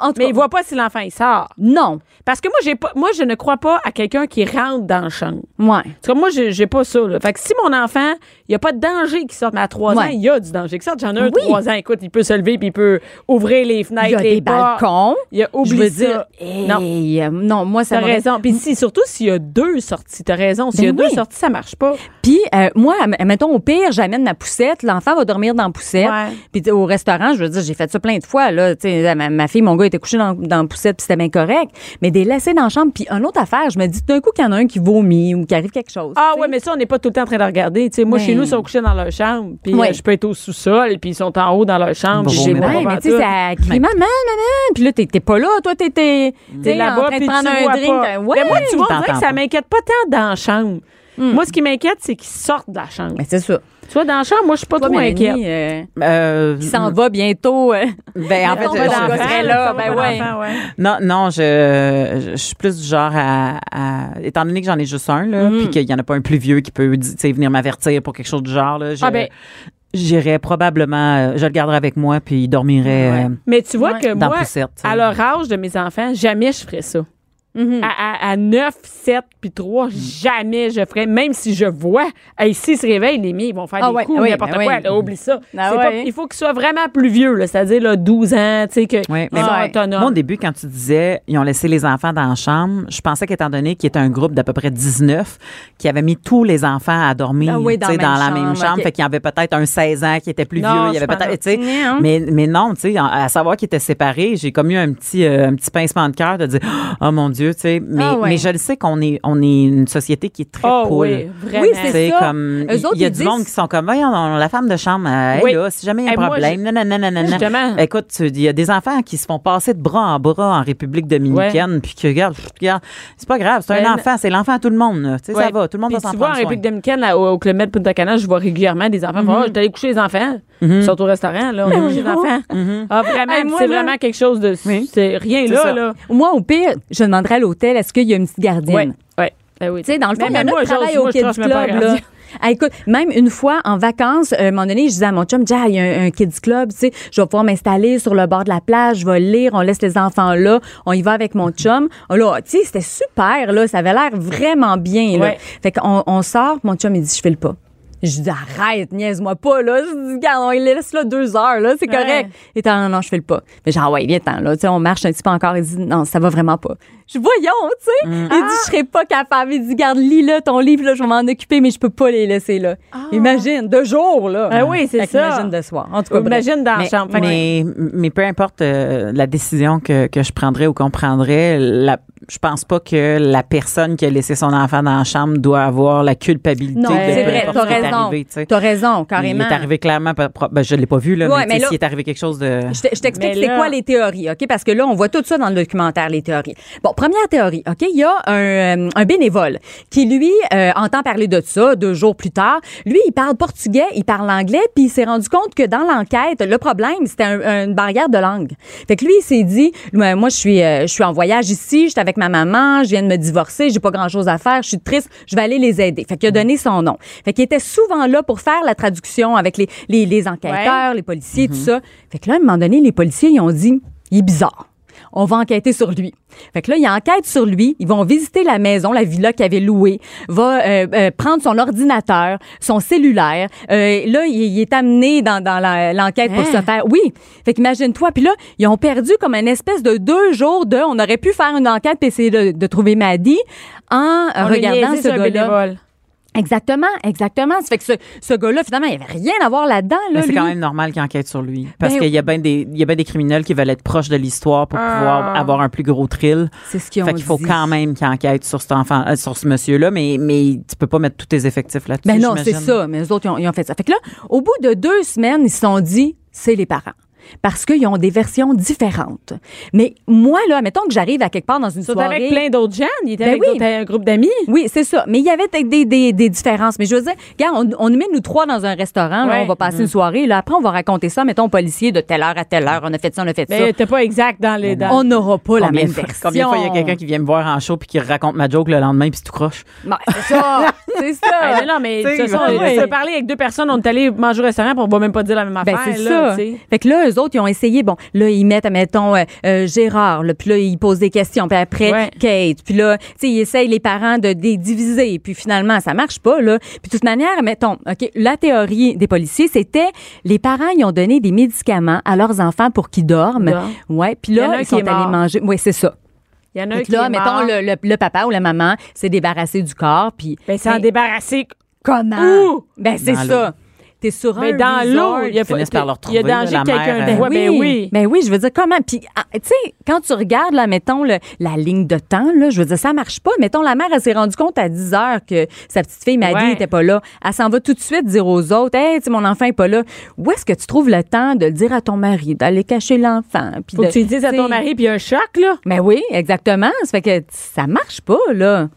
S2: En tout
S1: Mais
S2: cas,
S1: ils voient pas si l'enfant il sort.
S2: Non.
S1: Parce que moi, j'ai pas, moi, je ne crois pas à quelqu'un qui rentre dans le champ.
S2: Ouais.
S1: En tout cas, moi, j'ai j'ai pas ça. Là. Fait que si mon enfant, il n'y a pas de danger qui sorte, mais à 3
S2: Ouais.
S1: ans, il y a du danger qui sorte. J'en ai un de
S2: Oui.
S1: 3 ans, écoute, il peut se lever puis il peut ouvrir les fenêtres,
S2: Il y a
S1: les
S2: des
S1: portes.
S2: balcons.
S1: Il y a
S2: Je
S1: oublié
S2: veux dire,
S1: Non,
S2: hey, euh, non, moi, ça
S1: t'as
S2: m'aurait-
S1: raison. Puis si, surtout s'il y a deux sorties, t'as raison. S'il y a
S2: Ben
S1: deux
S2: oui.
S1: sorties, ça marche pas.
S2: Puis, euh, moi, m- mettons, au pire, j'amène ma poussette. L'enfant va dormir dans la poussette.
S1: Ouais.
S2: Puis, tu sais, au restaurant, je veux dire, j'ai fait ça plein de fois. Là, Tu sais, ma, ma fille, mon gars était couché dans, dans la poussette, puis c'était bien correct. Mais des laissés dans la chambre. Puis, une autre affaire, je me dis, d'un coup, qu'il y en a un qui vomit ou qui arrive quelque chose.
S1: Ah
S2: tu sais.
S1: ouais, mais ça, on n'est pas tout le temps en train de regarder. Tu sais, moi,
S2: Ben.
S1: chez nous, ils sont couchés dans leur chambre. Puis
S2: Ouais.
S1: euh, je peux être au sous-sol, puis ils sont en haut dans leur chambre.
S3: Bon,
S1: puis je les
S3: mais
S1: vois
S2: Ouais,
S1: pas
S2: mais tu sais,
S1: pantoute.
S2: ça crie maman, maman. Puis là, t'es t'es pas là. Toi, t'es- t'es t'es
S1: T'es
S2: en
S1: là-bas,
S2: train de
S1: puis tu
S2: prendre
S1: vois
S2: un drink.
S1: pas.
S2: euh, Ouais, Hmm.
S1: Mais moi, tu vois, on dirait
S3: T'entends
S1: que ça
S3: pas.
S1: m'inquiète pas tant dans la chambre. Moi, ce qui m'inquiète, c'est qu'ils sortent de la chambre.
S2: Mais c'est ça.
S1: Tu vois, dans le champ, moi, je suis pas
S2: Toi,
S1: trop
S2: Mélanie,
S1: inquiète.
S2: euh,
S3: Euh,
S2: qui s'en va bientôt. euh,
S3: ben,
S2: [laughs]
S3: en fait,
S2: on va
S3: je-
S2: dans
S3: je-
S2: le serait là, ben ouais.
S3: Non, non, je, je- je suis plus du genre à, à- étant donné que j'en ai juste un
S1: Mm-hmm.
S3: là, puis qu'il y en a pas un plus vieux qui peut tu sais, venir m'avertir pour quelque chose du genre là, je-
S1: Ah ben.
S3: j'irais probablement, euh, je le garderais avec moi puis il dormirait euh,
S1: Mais tu vois
S2: Ouais.
S1: que
S3: dans
S1: moi,
S3: poussette. tu sais.
S1: à leur âge de mes enfants, jamais je ferais ça. À, à- à 9, 7 puis 3, jamais je ferais, même si je vois. Hey, S'ils se réveillent, les miens, ils vont faire
S2: Ah
S1: des
S2: ouais,
S1: coups,
S2: ah oui,
S1: n'importe
S2: ben
S1: quoi.
S2: oui.
S1: là, oublie ça.
S2: Ah
S1: C'est
S2: ouais.
S1: pas- il faut qu'ils soient vraiment plus vieux, là, c'est-à-dire là, 12 ans, tu sais, qu'ils
S3: Ouais, mais
S1: soient
S2: ouais.
S1: autonomes.
S3: Moi, au début, quand tu disais ils ont laissé les enfants dans la chambre, je pensais qu'étant donné qu'il était un groupe d'à peu près 19 qui avait mis tous les enfants à dormir
S2: Ah oui,
S3: tu
S2: dans
S3: sais,
S2: la
S3: dans
S2: même
S3: la même
S2: chambre,
S3: chambre,
S2: ok.
S3: fait qu'il y avait peut-être un 16 ans qui était plus
S1: Non,
S3: vieux, il y
S1: je
S3: avait
S1: pense
S3: peut-être tu sais,
S2: Non.
S3: mais mais non, tu sais, en- à savoir qu'ils étaient séparés, j'ai comme eu un petit euh, un petit pincement de cœur de dire [gasps] oh mon dieu, tu sais, mais
S2: Ah ouais. Ah
S3: mais je le sais qu'on est on est une société qui est très
S1: Oh
S3: poule.
S1: oui, vraiment.
S2: Oui,
S3: Tu
S2: c'est
S3: sais,
S2: ça.
S3: comme
S2: Eux
S3: il
S2: autres,
S3: y a
S2: ils
S3: du
S2: disent-
S3: monde qui sont comme voyons, on- la femme de chambre euh, elle
S1: Oui.
S3: est là, si jamais il y a un
S1: Eh, moi,
S3: problème,
S1: j'ai-
S3: nanana, nanana.
S1: Justement.
S3: Écoute, tu- il y a des enfants qui se font passer de bras en bras en République dominicaine, puis que, regarde, pff, regarde, c'est pas grave, c'est
S1: Ben,
S3: un enfant, c'est l'enfant à tout le monde, là. tu sais, ça
S1: Ouais.
S3: va, tout le monde
S1: Puis
S3: va s'en
S1: Tu vois, en
S3: prendre soin.
S1: République dominicaine, là, au, au Club Med Punta Cana, je vois régulièrement des enfants. Moi, j'étais allé coucher les enfants. Ils sont au restaurant, là. On a couché les enfants. Ah, vraiment,
S2: Hey,
S1: puis
S2: moi,
S1: c'est
S2: là-
S1: vraiment quelque chose de. C'est rien là,
S3: ça.
S1: là.
S2: Moi, au pire, je demanderais à l'hôtel est-ce qu'il y a une petite
S1: Ouais.
S2: gardienne?
S1: Ouais. Ben oui.
S2: Tu sais, dans le fond,
S1: Mais-
S2: il y en
S1: mais
S2: a
S1: moi,
S2: qui travaillent
S1: j'ose-
S2: au
S1: moi, je
S2: Kids
S1: pense que je
S2: Club.
S1: me fais
S2: Là.
S1: grandir.
S2: Ah, écoute, même une fois en vacances, euh, à un moment donné, je disais à mon chum, Jay, il y a un, un kids club, tu sais, je vais pouvoir m'installer sur le bord de la plage, je vais lire, on laisse les enfants là, on y va avec mon chum. Oh là, tu sais, c'était super, là, ça avait l'air vraiment bien, là.
S1: Ouais.
S2: Fait qu'on on sort, mon chum, il dit, je fais le pas. Je dis, arrête, niaise-moi pas, là. Je dis, regarde, on les laisse là deux heures, là, c'est
S1: Ouais.
S2: correct. Et non, non, non, je fais le pas. Mais genre, ouais, viens, t'en, là. Tu sais, on marche un petit peu encore. Il dit, non, ça va vraiment pas. Je dis, voyons, tu sais. Il dit, je serais pas capable. Il dit, garde, lis là ton livre, là, je vais m'en occuper, mais je peux pas les laisser là. Imagine, deux jours, là.
S1: Ah oui, c'est
S2: Fait que
S1: ça.
S2: Imagine de soir. En tout cas, bref.
S1: Imagine dans la
S3: mais,
S1: chambre. Fait que-
S3: mais, mais peu importe euh, la décision que, que je prendrais ou qu'on prendrait, la, je pense pas que la personne qui a laissé son enfant dans la chambre doit avoir la culpabilité
S2: Non,
S3: de
S2: c'est
S3: peu
S2: vrai,
S3: importe
S2: t'as
S3: ce qui est
S2: raison.
S3: arrivé. tu sais.
S2: T'as raison, carrément.
S3: Il est arrivé clairement, par- pro- ben, je l'ai pas vu, là,
S2: Ouais,
S3: mais, tu
S2: mais
S3: sais,
S2: là-
S3: s'il est arrivé quelque chose de...
S2: Je te- je t'explique
S1: Euh, Mais
S2: c'est
S1: là-
S2: quoi les théories, OK? Parce que là, on voit tout ça dans le documentaire, les théories. Bon, première théorie, OK? Il y a un, euh, un bénévole qui, lui, euh, entend parler de ça deux jours plus tard. Lui, il parle portugais, il parle anglais, puis il s'est rendu compte que dans l'enquête, le problème, c'était un- une barrière de langue. Fait que lui, il s'est dit, Ouais, moi, je suis, euh, je suis en voyage ici, je suis avec ma maman, je viens de me divorcer, j'ai pas grand-chose à faire, je suis triste, je vais aller les aider. Fait
S1: Mm.
S2: qu'il a donné son nom. Fait qu'il était souvent là pour faire la traduction avec les, les, les enquêteurs, enquêteurs, les policiers,
S1: Mhm.
S2: tout ça. Fait que là, à un moment donné, les policiers, ils ont dit, il est bizarre. On va enquêter sur lui. Fait que là, ils enquêtent sur lui. Ils vont visiter la maison, la villa qu'il avait louée. Va euh, euh, prendre son ordinateur, son cellulaire. Euh, là, il, il est amené dans, dans la- l'enquête pour
S1: Hein?
S2: se faire. Oui. Fait qu'imagine-toi. Puis là, ils ont perdu comme une espèce de deux jours de. On aurait pu faire une enquête et essayer de, de trouver Maddy en euh,
S1: On a
S2: regardant
S1: niaisé
S2: ce
S1: sur un
S2: gars-là.
S1: bénévole.
S2: Exactement, exactement. Ça fait que ce, ce gars-là, finalement, il avait rien à voir là-dedans.
S1: Ben,
S2: Là,
S3: Mais ben, c'est
S2: lui.
S3: quand même normal qu'il enquête sur lui. Parce
S2: Ben-
S3: qu'il y a bien des, il y a ben des criminels qui veulent être proches de l'histoire pour pouvoir avoir un plus gros thrill.
S2: C'est ce qu'ils Ah. ont
S3: Fait qu'il faut
S2: dit.
S3: quand même qu'il enquête sur cet enfant, euh, sur ce monsieur-là, mais, mais tu peux pas mettre tous tes effectifs là-dessus.
S2: Ben non, c'est
S3: j'imagine.
S2: ça. Mais les autres, ils ont, ils ont fait ça. Fait que là, au bout de deux semaines, ils se sont dit, c'est les parents. Parce qu'ils ont des versions différentes. Mais moi, là, mettons que j'arrive à quelque part dans une
S1: Ils sont
S2: soirée.
S1: avec plein d'autres gens. Il était
S2: Ben
S1: avec
S2: oui.
S1: d'autres- un groupe d'amis.
S2: Oui, c'est ça. Mais il y avait peut-être des, des, des différences. Mais je veux dire, regarde, on, on nous met nous trois dans un restaurant, là,
S1: Ouais.
S2: on va
S3: Mm-hmm.
S2: passer une soirée, là, après, on va raconter ça, mettons, au policier de telle heure à telle heure, on a fait ça, on a fait
S1: Mais t'es pas exact dans les.
S2: ça.
S1: Dans...
S2: On n'aura pas la
S3: Combien
S2: même
S3: de fois-
S2: version.
S3: Combien de fois il y a quelqu'un qui vient me voir en show puis qui raconte ma joke le lendemain puis c'est tout croche?
S2: Ben, c'est ça.
S1: [laughs]
S2: c'est ça.
S1: Ah, non, non, mais de
S3: T'sais,
S1: toute façon,
S3: ouais.
S1: on on s'est parlé avec deux personnes, on est allé manger au restaurant, puis on va même pas dire la même
S2: Ben,
S1: affaire.
S2: c'est
S1: là, tu
S2: ça.
S1: sais.
S2: Fait que là, eux autres, ils ont essayé. Bon, là, ils mettent, mettons, Gérard, là, puis là, ils posent des questions. Puis après,
S1: Ouais.
S2: Kate. Puis là, tu sais, ils essayent les parents de les diviser. Puis finalement, ça marche pas, là. Puis de toute manière, mettons, OK, la théorie des policiers, c'était les parents, ils ont donné des médicaments à leurs enfants pour qu'ils dorment.
S1: Dorment.
S2: Ouais. Puis
S1: Il y en a un
S2: là, ils
S1: qui est
S2: sont allés
S1: mort.
S2: manger. Oui, c'est ça.
S1: Il y en a un
S2: Fait
S1: qui.
S2: que là,
S1: est
S2: mettons,
S1: mort.
S2: le, le- le papa ou la maman s'est débarrassé du corps. Puis.
S1: Ben, s'en
S2: Mais
S1: débarrasser.
S2: comment?
S1: Ouh!
S2: Ben, c'est
S3: Dans l'eau.
S2: ça. T'es sur
S1: Ben,
S2: un
S1: dans l'eau,
S2: resort.
S1: il y a pas-
S3: finissent par le
S1: Il y a
S3: retrouver, là,
S1: danger
S3: la
S1: que quelqu'un.
S3: mère, hein.
S1: Ouais, Ben oui.
S2: Ben oui, je veux dire, comment? Puis, ah, tu sais, quand tu regardes, là, mettons, le- la ligne de temps, là, je veux dire, ça marche pas. Mettons, la mère, elle s'est rendue compte à 10 heures que sa petite fille, Maddy,
S1: Ouais.
S2: n'était pas là. Elle s'en va tout de suite dire aux autres, hey, tu sais, mon enfant est pas là. Où est-ce que tu trouves le temps de le dire à ton mari, d'aller cacher l'enfant? puis
S1: Faut
S2: de-
S1: que tu le dises à ton
S2: sais.
S1: mari, puis il y a un choc, là.
S2: Ben oui, exactement. Ça fait que ça marche pas, là.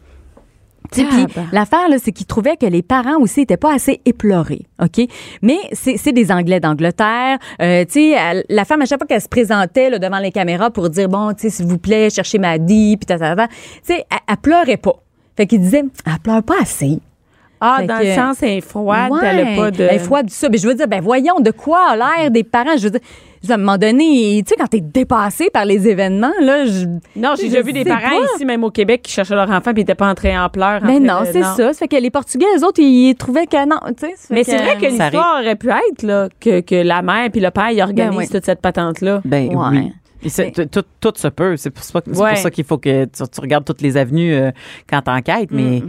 S2: Tu sais, Puis l'affaire, là, c'est qu'ils trouvaient que les parents aussi étaient pas assez éplorés, OK? Mais c'est c'est des Anglais d'Angleterre. Euh, tu sais, elle- la femme, à chaque fois qu'elle se présentait là, devant les caméras pour dire, bon, tu sais, s'il vous plaît, cherchez Maddy, puis ta, ta, ta, tu sais, elle, elle pleurait pas. Fait qu'ils disaient, elle pleure pas assez.
S1: Ah,
S2: Fait
S1: dans
S2: que-
S1: le sens, elle est froide,
S2: Ouais.
S1: elle a pas de.
S2: Elle est froide, ça. Mais je veux dire, ben voyons, de quoi a l'air des parents? Je veux dire, je veux dire, à un moment donné, tu sais, quand t'es dépassé par les événements, là, je...
S1: Non, j'ai déjà vu des
S2: sais
S1: parents
S2: pas.
S1: ici, même au Québec, qui cherchaient leur enfant puis ils n'étaient pas entrés en pleurs. en
S2: Ben
S1: fait,
S2: non,
S1: euh,
S2: c'est ça. Ça fait que les Portugais, eux autres, ils trouvaient que non, tu sais. ça fait
S1: Mais
S2: que-
S1: c'est vrai que
S3: Ça
S1: l'histoire aurait pu être là, que, que la mère puis le père ils organisent
S2: Ben oui.
S1: toute cette patente-là.
S3: Ben
S2: Ouais.
S3: oui. Et c'est-
S2: Mais-
S3: tout, tout se peut. C'est pour, ça que- c'est
S1: Ouais.
S3: pour ça qu'il faut que tu, tu regardes toutes les avenues euh, quand t'enquêtes. Mais,
S2: Mm.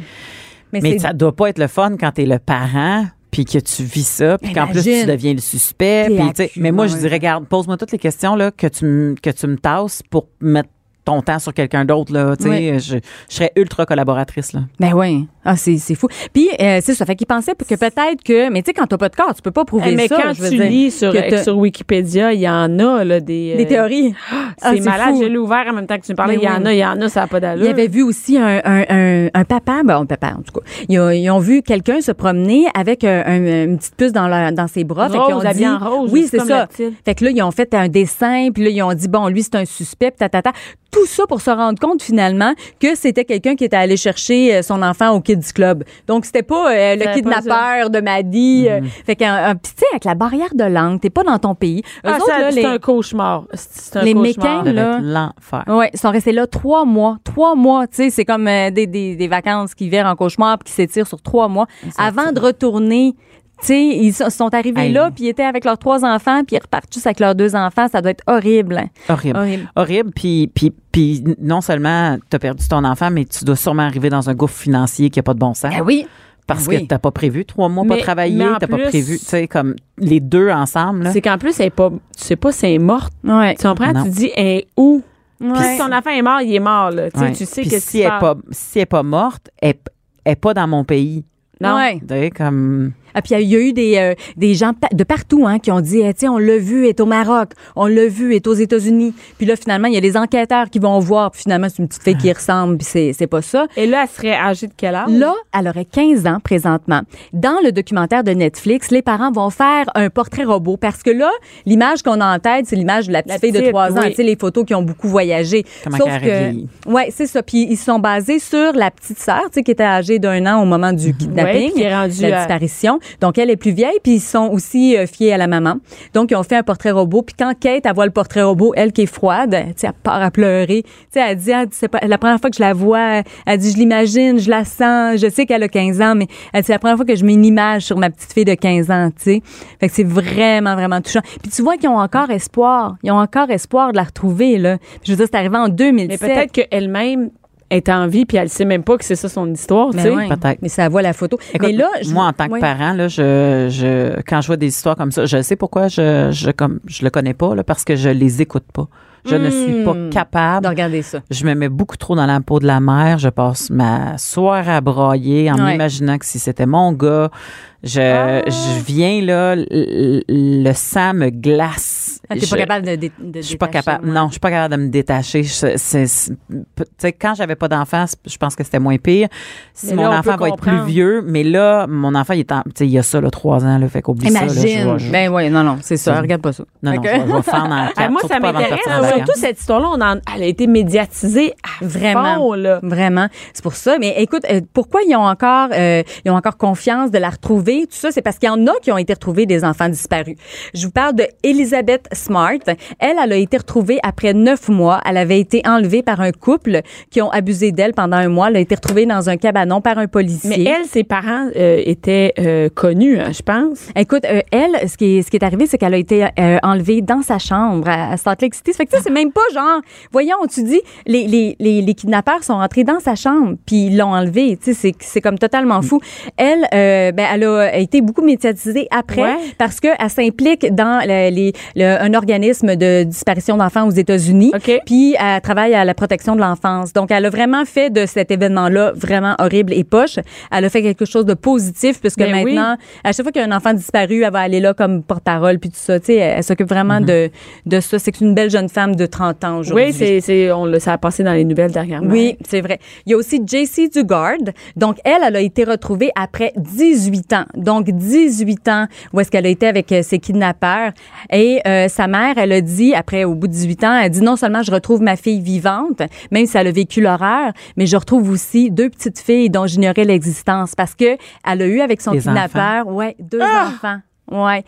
S3: mais,
S2: c'est-
S3: ça doit pas être le fun quand t'es le parent puis que tu vis ça, puis qu'en plus tu
S2: Imagine.
S3: deviens le suspect.
S2: T'es
S3: puis, tu sais,
S2: accusé,
S3: mais moi, je
S2: ouais.
S3: dis, regarde, pose-moi toutes les questions là, que, tu, me- que tu me tasses pour mettre ton temps sur quelqu'un d'autre. là. Tu sais,
S2: Ouais.
S3: Je, je serais ultra collaboratrice. Là.
S2: Ben oui. Ah, c'est c'est fou. Puis, euh, c'est ça. Fait qu'ils pensaient que peut-être que. Mais tu sais, quand t'as pas de corps, tu peux pas prouver
S1: Eh, mais
S2: ça.
S1: quand
S2: je veux
S1: tu
S2: dire,
S1: lis sur, euh,
S2: que t'as-
S1: sur Wikipédia, il y en a là, des, euh,
S2: Des théories. Ah,
S1: C'est malade,
S2: fou.
S1: je l'ai ouvert en même temps que tu me parlais.
S2: Mais
S1: Il y en
S2: oui.
S1: a, il y en a, ça n'a pas d'allure.
S2: Il avait vu aussi un, un, un, un papa, ben un papa en tout cas. Ils ont, ils ont vu quelqu'un se promener avec un- un- une petite puce dans, leur- dans ses bras.
S1: Rose,
S2: qu'ils ont
S1: habillé en rose,
S2: oui,
S1: c'est
S2: c'est
S1: comme la
S2: ça.
S1: petite.
S2: Fait que là, ils ont fait un dessin, puis là, ils ont dit, bon, lui, c'est un suspect, puis tatata. Tout ça pour se rendre compte finalement que c'était quelqu'un qui était allé chercher euh, son enfant au Kids Club. Donc, c'était pas euh, le
S1: C'était pas ça.
S2: kidnappeur de Maddy. euh, fait qu'un un- puis tu sais, avec la barrière de langue, t'es pas dans ton pays. Eux
S1: Ah,
S2: autres,
S1: ça,
S2: là,
S1: c'est
S2: les-
S1: un cauchemar. C'est c'est un
S2: les
S1: cauchemar.
S3: Ça
S2: Mécanes,
S3: va
S2: Là.
S3: être l'enfer.
S2: Oui, ils sont restés là trois mois. Trois mois, tu sais, c'est comme euh, des, des, des vacances qui virent en cauchemar puis qui s'étirent sur trois mois avant de retourner. Tu sais, ils so- sont arrivés
S3: Hey.
S2: là, puis ils étaient avec leurs trois enfants, puis ils repartent juste avec leurs deux enfants. Ça doit être horrible. hein.
S3: Horrible.
S2: Horrible.
S3: Horrible. Puis, puis, puis non seulement tu as perdu ton enfant, mais tu dois sûrement arriver dans un gouffre financier qui n'a pas de bon sens.
S2: Ben oui.
S3: Parce
S2: Ah oui.
S3: que t'as pas prévu trois mois
S1: Mais-
S3: pas travaillé,
S1: mais en
S3: t'as pas
S1: plus-
S3: prévu, tu sais, comme les deux ensemble. Là.
S1: C'est qu'en plus, elle est pas, tu sais pas si elle est morte.
S2: Ouais.
S1: Tu comprends?
S3: Non.
S1: Tu dis, elle est où? Puis
S2: Ouais.
S1: si ton enfant est mort, il est mort. Là. Tu sais,
S3: Ouais.
S1: Tu sais
S3: Puis
S1: que
S3: si elle est pas, si elle est pas morte, elle, est- elle est pas dans mon pays.
S1: Non.
S2: Ouais.
S3: Tu sais, comme
S2: Ah, puis il y a eu des, euh, des gens pa- de partout hein, qui ont dit, eh, tu sais, on l'a vu, est au Maroc, on l'a vu, est aux États-Unis. Puis là, finalement, il y a les enquêteurs qui vont voir, puis finalement, c'est une petite fille qui ressemble, puis c'est c'est pas ça.
S1: Et là, elle serait âgée de quel âge?
S2: Là, elle aurait 15 ans présentement. Dans le documentaire de Netflix, les parents vont faire un portrait robot parce que là, l'image qu'on a en tête, c'est l'image de la petite
S1: La
S2: fille de
S1: petite,
S2: 3 ans,
S1: oui.
S2: tu sais, les photos qui ont beaucoup voyagé.
S3: Comment
S2: Sauf
S3: qu'elle
S2: que
S3: vieillit.
S2: Ouais, c'est ça. Puis ils se sont basés sur la petite sœur, tu sais qui était âgée d'un an au moment
S1: Mhm.
S2: du
S1: Ouais,
S2: kidnapping,
S1: puis qui est rendue
S2: la
S1: à-
S2: disparition. Donc elle est plus vieille, puis ils sont aussi euh, fiers à la maman. Donc ils ont fait un portrait robot. Puis quand Kate elle voit le portrait robot, elle qui est froide, tu sais, elle part à pleurer. Tu sais, elle dit, Ah, c'est pas- la première fois que je la vois, elle dit, je l'imagine, je la sens, je sais qu'elle a 15 ans, mais elle dit, c'est la première fois que je mets une image sur ma petite fille de 15 ans, tu sais. Fait que c'est vraiment, vraiment touchant. Puis tu vois qu'ils ont encore espoir. Ils ont encore espoir de la retrouver, là. Je veux dire, c'est arrivé en 2007.
S1: Mais peut-être qu'elle-même est en vie puis elle sait même pas que c'est ça son histoire. tu
S2: Mais,
S1: sais.
S2: ouais.
S3: peut-être.
S2: mais ça voit la photo.
S3: Écoute,
S2: mais là,
S3: moi, en tant que
S2: ouais.
S3: parent, là, je, je, quand je vois des histoires comme ça, je sais pourquoi je, je, comme, je le connais pas, là, parce que je les écoute pas. Je ne suis
S2: Hmm.
S3: pas
S2: de
S3: capable
S2: regarder ça.
S3: Je me mets beaucoup trop dans la peau de la mère. Je passe ma soirée à broyer en
S2: Ouais. Ah.
S3: m'imaginant que si c'était mon gars, je, je viens là, l- l- le, sang me glace.
S2: Ah, T'es
S3: Je-
S2: pas capable de, dé- de
S3: je suis pas
S2: détacher,
S3: capable.
S2: ouais.
S3: Non, je suis pas capable de me détacher. Je- c'est- c'est- tu sais, quand j'avais pas d'enfant, c'est- je pense que c'était moins pire. Si
S1: Mais
S3: mon
S1: là, on
S3: enfant
S1: peut
S3: va être plus
S1: comprendre.
S3: vieux, mais là, mon enfant, il est en- tu sais, il y a ça, là, trois ans, là, fait qu'oublie ça. là, je
S2: Imagine.
S3: vais- je-
S2: Ben oui, non, non, c'est ça. Regarde pas ça.
S3: non, non,
S2: Fait que-
S3: je vais- je
S1: [laughs]
S3: vais fendre en
S1: Ah,
S3: quatre,
S1: moi,
S3: surtout
S1: ça
S3: pas avant de
S1: m'intéresse.
S3: partir en vacances.
S1: Surtout cette histoire-là, on en- elle a été médiatisée à
S2: Vraiment.
S1: fond, là.
S2: [laughs] Vraiment. C'est pour ça. Mais écoute, euh, pourquoi ils ont encore, euh, ils ont encore confiance de la retrouver? Tout ça, c'est parce qu'il y en a qui ont été retrouvés des enfants disparus. Je vous parle de Elizabeth Smart. Elle, elle a été retrouvée après neuf mois. Elle avait été enlevée par un couple qui ont abusé d'elle pendant un mois. Elle a été retrouvée dans un cabanon par un policier.
S1: Mais elle, ses parents euh, étaient euh, connus, hein, je pense.
S2: Écoute, euh, elle, ce qui est, ce qui est arrivé, c'est qu'elle a été euh, enlevée dans sa chambre à, à Salt Lake City. Ça fait que tu sais, c'est même pas genre, voyons, tu dis, les, les, les, les kidnappeurs sont rentrés dans sa chambre puis ils l'ont enlevée. Tu sais, c'est, c'est comme totalement fou. Elle, euh, ben, elle a été beaucoup médiatisée après
S1: Ouais.
S2: parce qu'elle s'implique dans le- les, le- un un organisme de disparition d'enfants aux États-Unis.
S1: OK.
S2: Puis elle travaille à la protection de l'enfance. Donc, elle a vraiment fait de cet événement-là vraiment horrible et poche. Elle a fait quelque chose de positif puisque
S1: Ben oui.
S2: maintenant, à chaque fois qu'il y a un enfant disparu, elle va aller là comme porte-parole puis tout ça. Tu sais, elle, elle s'occupe vraiment de, de ça. C'est une belle jeune femme de 30 ans aujourd'hui.
S1: Mhm. Oui, c'est, c'est, on le, ça a passé dans les nouvelles dernièrement.
S2: Oui, c'est vrai. Il y a aussi JC Dugard. Donc, elle, elle a été retrouvée après 18 ans. Donc, 18 ans où est-ce qu'elle a été avec euh, ses kidnappeurs. Et euh, sa mère, elle a dit, après, au bout de 18 ans, elle a dit non seulement je retrouve ma fille vivante, même si elle a vécu l'horreur, mais je retrouve aussi deux petites filles dont j'ignorais l'existence parce que elle a eu avec son
S3: Des
S2: kidnappeur, ouais, deux enfants. Ouais.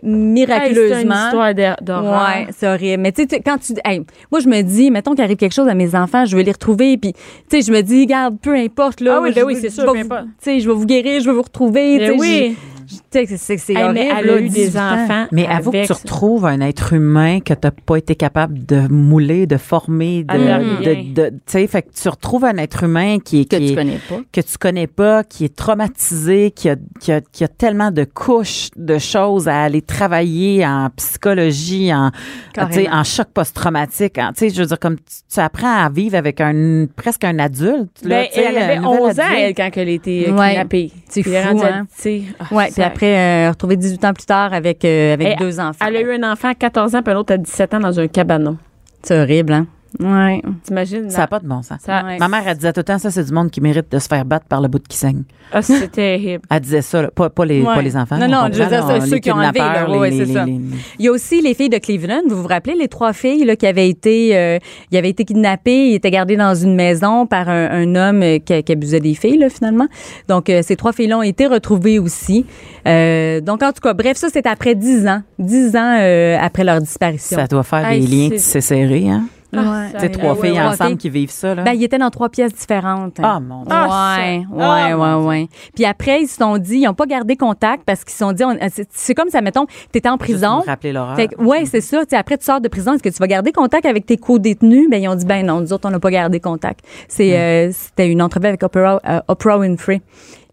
S1: Ah! Hey,
S2: miraculeusement.
S1: c'est une histoire d'hor- d'horreur.
S2: Ouais, c'est horrible. Mais tu sais, tu- quand tu. hey, moi, je me dis, mettons qu'il arrive quelque chose à mes enfants, je veux les retrouver. Puis, tu sais, je me dis, garde, peu importe, là.
S1: Ah oui,
S2: je
S1: ben oui,
S2: veux-
S1: c'est
S2: je
S1: sûr,
S2: vais
S1: peu
S2: vous-
S1: importe.
S2: Tu sais, je vais vous guérir, je vais vous retrouver. tu
S1: Ben
S2: sais,
S1: oui.
S2: je- je- Tu sais, c'est- c'est
S1: Hey,
S2: horrible.
S1: mais elle a
S2: là,
S1: eu
S2: 18
S1: des
S2: ans.
S1: enfants.
S3: Mais avoue que
S1: avec
S3: tu retrouves un être humain que t'as pas été capable de mouler, de former, de,
S1: Ah,
S3: de-
S1: rien.
S3: de- tu sais, fait que tu retrouves un être humain qui est,
S2: Que
S3: qui
S2: tu
S3: est-
S2: connais pas.
S3: que tu connais pas, qui est traumatisé, qui a, qui a- qui a tellement de couches de choses à aller travailler en psychologie, en,
S2: Carrément.
S3: tu sais, en choc post-traumatique. en- tu sais, je veux dire, comme tu, tu apprends à vivre avec un presque un adulte. là,
S1: Ben,
S3: tu sais,
S1: elle
S3: un
S1: avait
S3: nouvel
S1: 11 ans,
S3: adulte.
S1: elle, quand elle était euh,
S2: Ouais.
S1: kidnappée.
S2: C'est
S1: Puis elle
S2: fou,
S1: est rendue
S2: hein?
S1: adulte, tu sais. Ah,
S2: Ouais, puis
S1: ça-
S2: après, euh, retrouver 18 ans plus tard avec, euh, avec
S1: Hey,
S2: deux enfants.
S1: Elle a eu un enfant à 14 ans, puis un autre à 17 ans dans un cabanon.
S2: C'est horrible, hein? Ouais.
S1: T'imagines?
S3: Ça n'a
S1: là?
S3: pas de bon sens.
S1: Ça-
S2: Ouais.
S3: Ma mère, elle disait tout le temps, ça, c'est du monde qui mérite de se faire battre par le bout de qui saigne.
S1: Ah, c'est terrible.
S3: Elle disait ça, là. Pas, pas, les,
S2: Ouais.
S3: pas les enfants.
S2: Non,
S3: on
S2: non,
S3: comprend,
S2: je veux dire,
S3: là,
S2: ça,
S3: les
S2: ceux qui ont enlevé, là,
S3: kidnappeurs,
S2: ouais,
S3: les-
S2: c'est
S3: les-
S2: ça.
S3: les-
S2: Il y a aussi les filles de Cleveland. Vous vous rappelez les trois filles là, qui avaient été, euh, il avait été kidnappées, il était gardé dans une maison par un, un homme euh, qui, qui abusait des filles là, finalement. Donc euh, ces trois filles-là ont été retrouvées aussi. Euh, donc en tout cas, bref, ça c'est après dix ans, dix ans euh, après leur disparition.
S3: Ça doit faire
S1: Hey,
S3: des liens
S1: c'est-
S3: qui s'est serré, hein?
S1: Ah, ça-
S3: Tu sais, trois
S2: ouais,
S3: filles
S2: ouais,
S3: ensemble
S2: ouais.
S3: qui vivent ça, là.
S2: Ben, ils étaient dans trois pièces différentes.
S3: Ah, mon Dieu.
S1: Ah,
S2: ouais,
S1: ça.
S2: ouais,
S1: Ah,
S2: ouais, ouais. Puis après, ils se sont dit, ils n'ont pas gardé contact parce qu'ils se sont dit, on- c'est- c'est comme ça, mettons, t'étais en
S3: Juste
S2: prison,
S3: me rappeler l'horreur.
S2: Fait que,
S1: Ah.
S2: ouais, c'est ça. Tu sais, après, tu sors de prison. Est-ce que tu vas garder contact avec tes co-détenus? Ben, ils ont dit, ben non, nous autres, on n'a pas gardé contact. C'est,
S1: Mm.
S2: euh, c'était une entrevue avec Oprah, euh, Oprah Winfrey.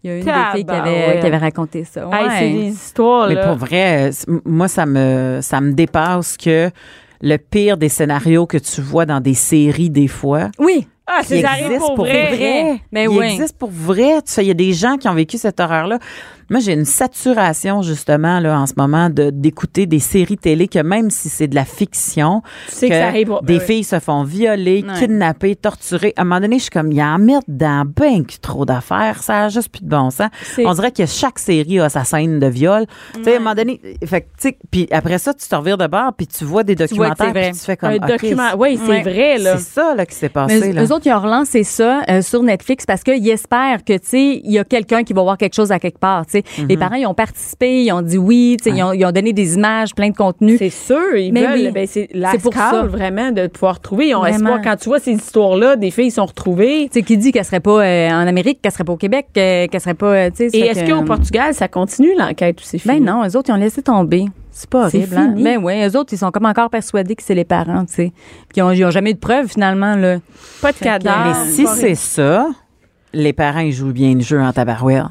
S2: Il y a une des filles qui avait,
S1: Tabarouette.
S2: qui avait raconté ça. Ouais.
S1: Hey, c'est des histoires,
S3: Mais
S1: là.
S3: pour vrai, euh, c'est- m- moi, ça me, ça me dépasse que le pire des scénarios que tu vois dans des séries, des fois,
S2: Oui.
S1: Ah,
S3: qui
S1: c'est arrivé
S3: existe
S1: pour vrai.
S2: vrai. Mais
S3: il
S2: oui.
S3: existe pour vrai. Tu sais, il y a des gens qui ont vécu cette horreur-là. Moi, j'ai une saturation, justement, là, en ce moment, de- d'écouter des séries télé que même si c'est de la fiction,
S1: Tu sais que ça arrive pour-
S3: des
S1: ouais.
S3: filles se font violer,
S2: Ouais.
S3: kidnapper, torturer. À un moment donné, je suis comme, il y en mettent dans ben que trop d'affaires. Ça a juste plus de bon sens.
S1: C'est-
S3: On dirait que chaque série a sa scène de viol. Tu sais, à un moment donné, fait que, tu sais, puis après ça, tu te revires de bord, puis tu vois des
S2: vois que c'est
S3: documentaires,
S2: vrai.
S3: puis tu fais comme,
S1: Un
S3: OK,
S1: document. Oui, c'est
S2: Ouais.
S1: vrai,
S3: c'est
S1: là.
S3: ça là, qui s'est
S2: Mais
S3: passé.
S2: eux,
S3: là.
S2: eux autres, ils ont relancé ça euh, sur Netflix parce qu'ils espèrent que, tu sais, il y a quelqu'un qui va voir quelque chose à quelque part, tu sais.
S1: Mm-hmm.
S2: Les parents, ils ont participé, ils ont dit oui, tu sais, ils, ont, ils ont donné des images, plein de contenu.
S1: C'est sûr, ils
S2: Mais
S1: veulent.
S2: oui.
S1: ben, c'est la
S2: C'est pour ça.
S1: call, vraiment, de pouvoir retrouver. Ils ont
S2: Vraiment.
S1: espoir. Quand tu vois ces histoires-là, des filles sont retrouvées.
S2: Tu sais, qui dit qu'elle serait pas euh, en Amérique, qu'elle serait pas au Québec, euh, qu'elle serait pas, euh, tu sais. ça
S1: Et
S2: fait
S1: est-ce
S2: que,
S1: qu'au
S2: euh,
S1: Portugal, ça continue l'enquête ou c'est fini?
S2: Ben non, eux autres, ils ont laissé tomber. C'est pas
S1: C'est
S2: horrible. hein.
S1: fini.
S2: Ben oui, eux autres, ils sont comme encore persuadés que c'est les parents, tu sais. Puis ils ont, ils ont jamais eu de preuves, finalement, là.
S1: Pas de cadavre.
S3: Mais si
S1: pas
S3: c'est
S1: rien.
S3: ça, les parents, ils jouent bien le jeu en tabarouette.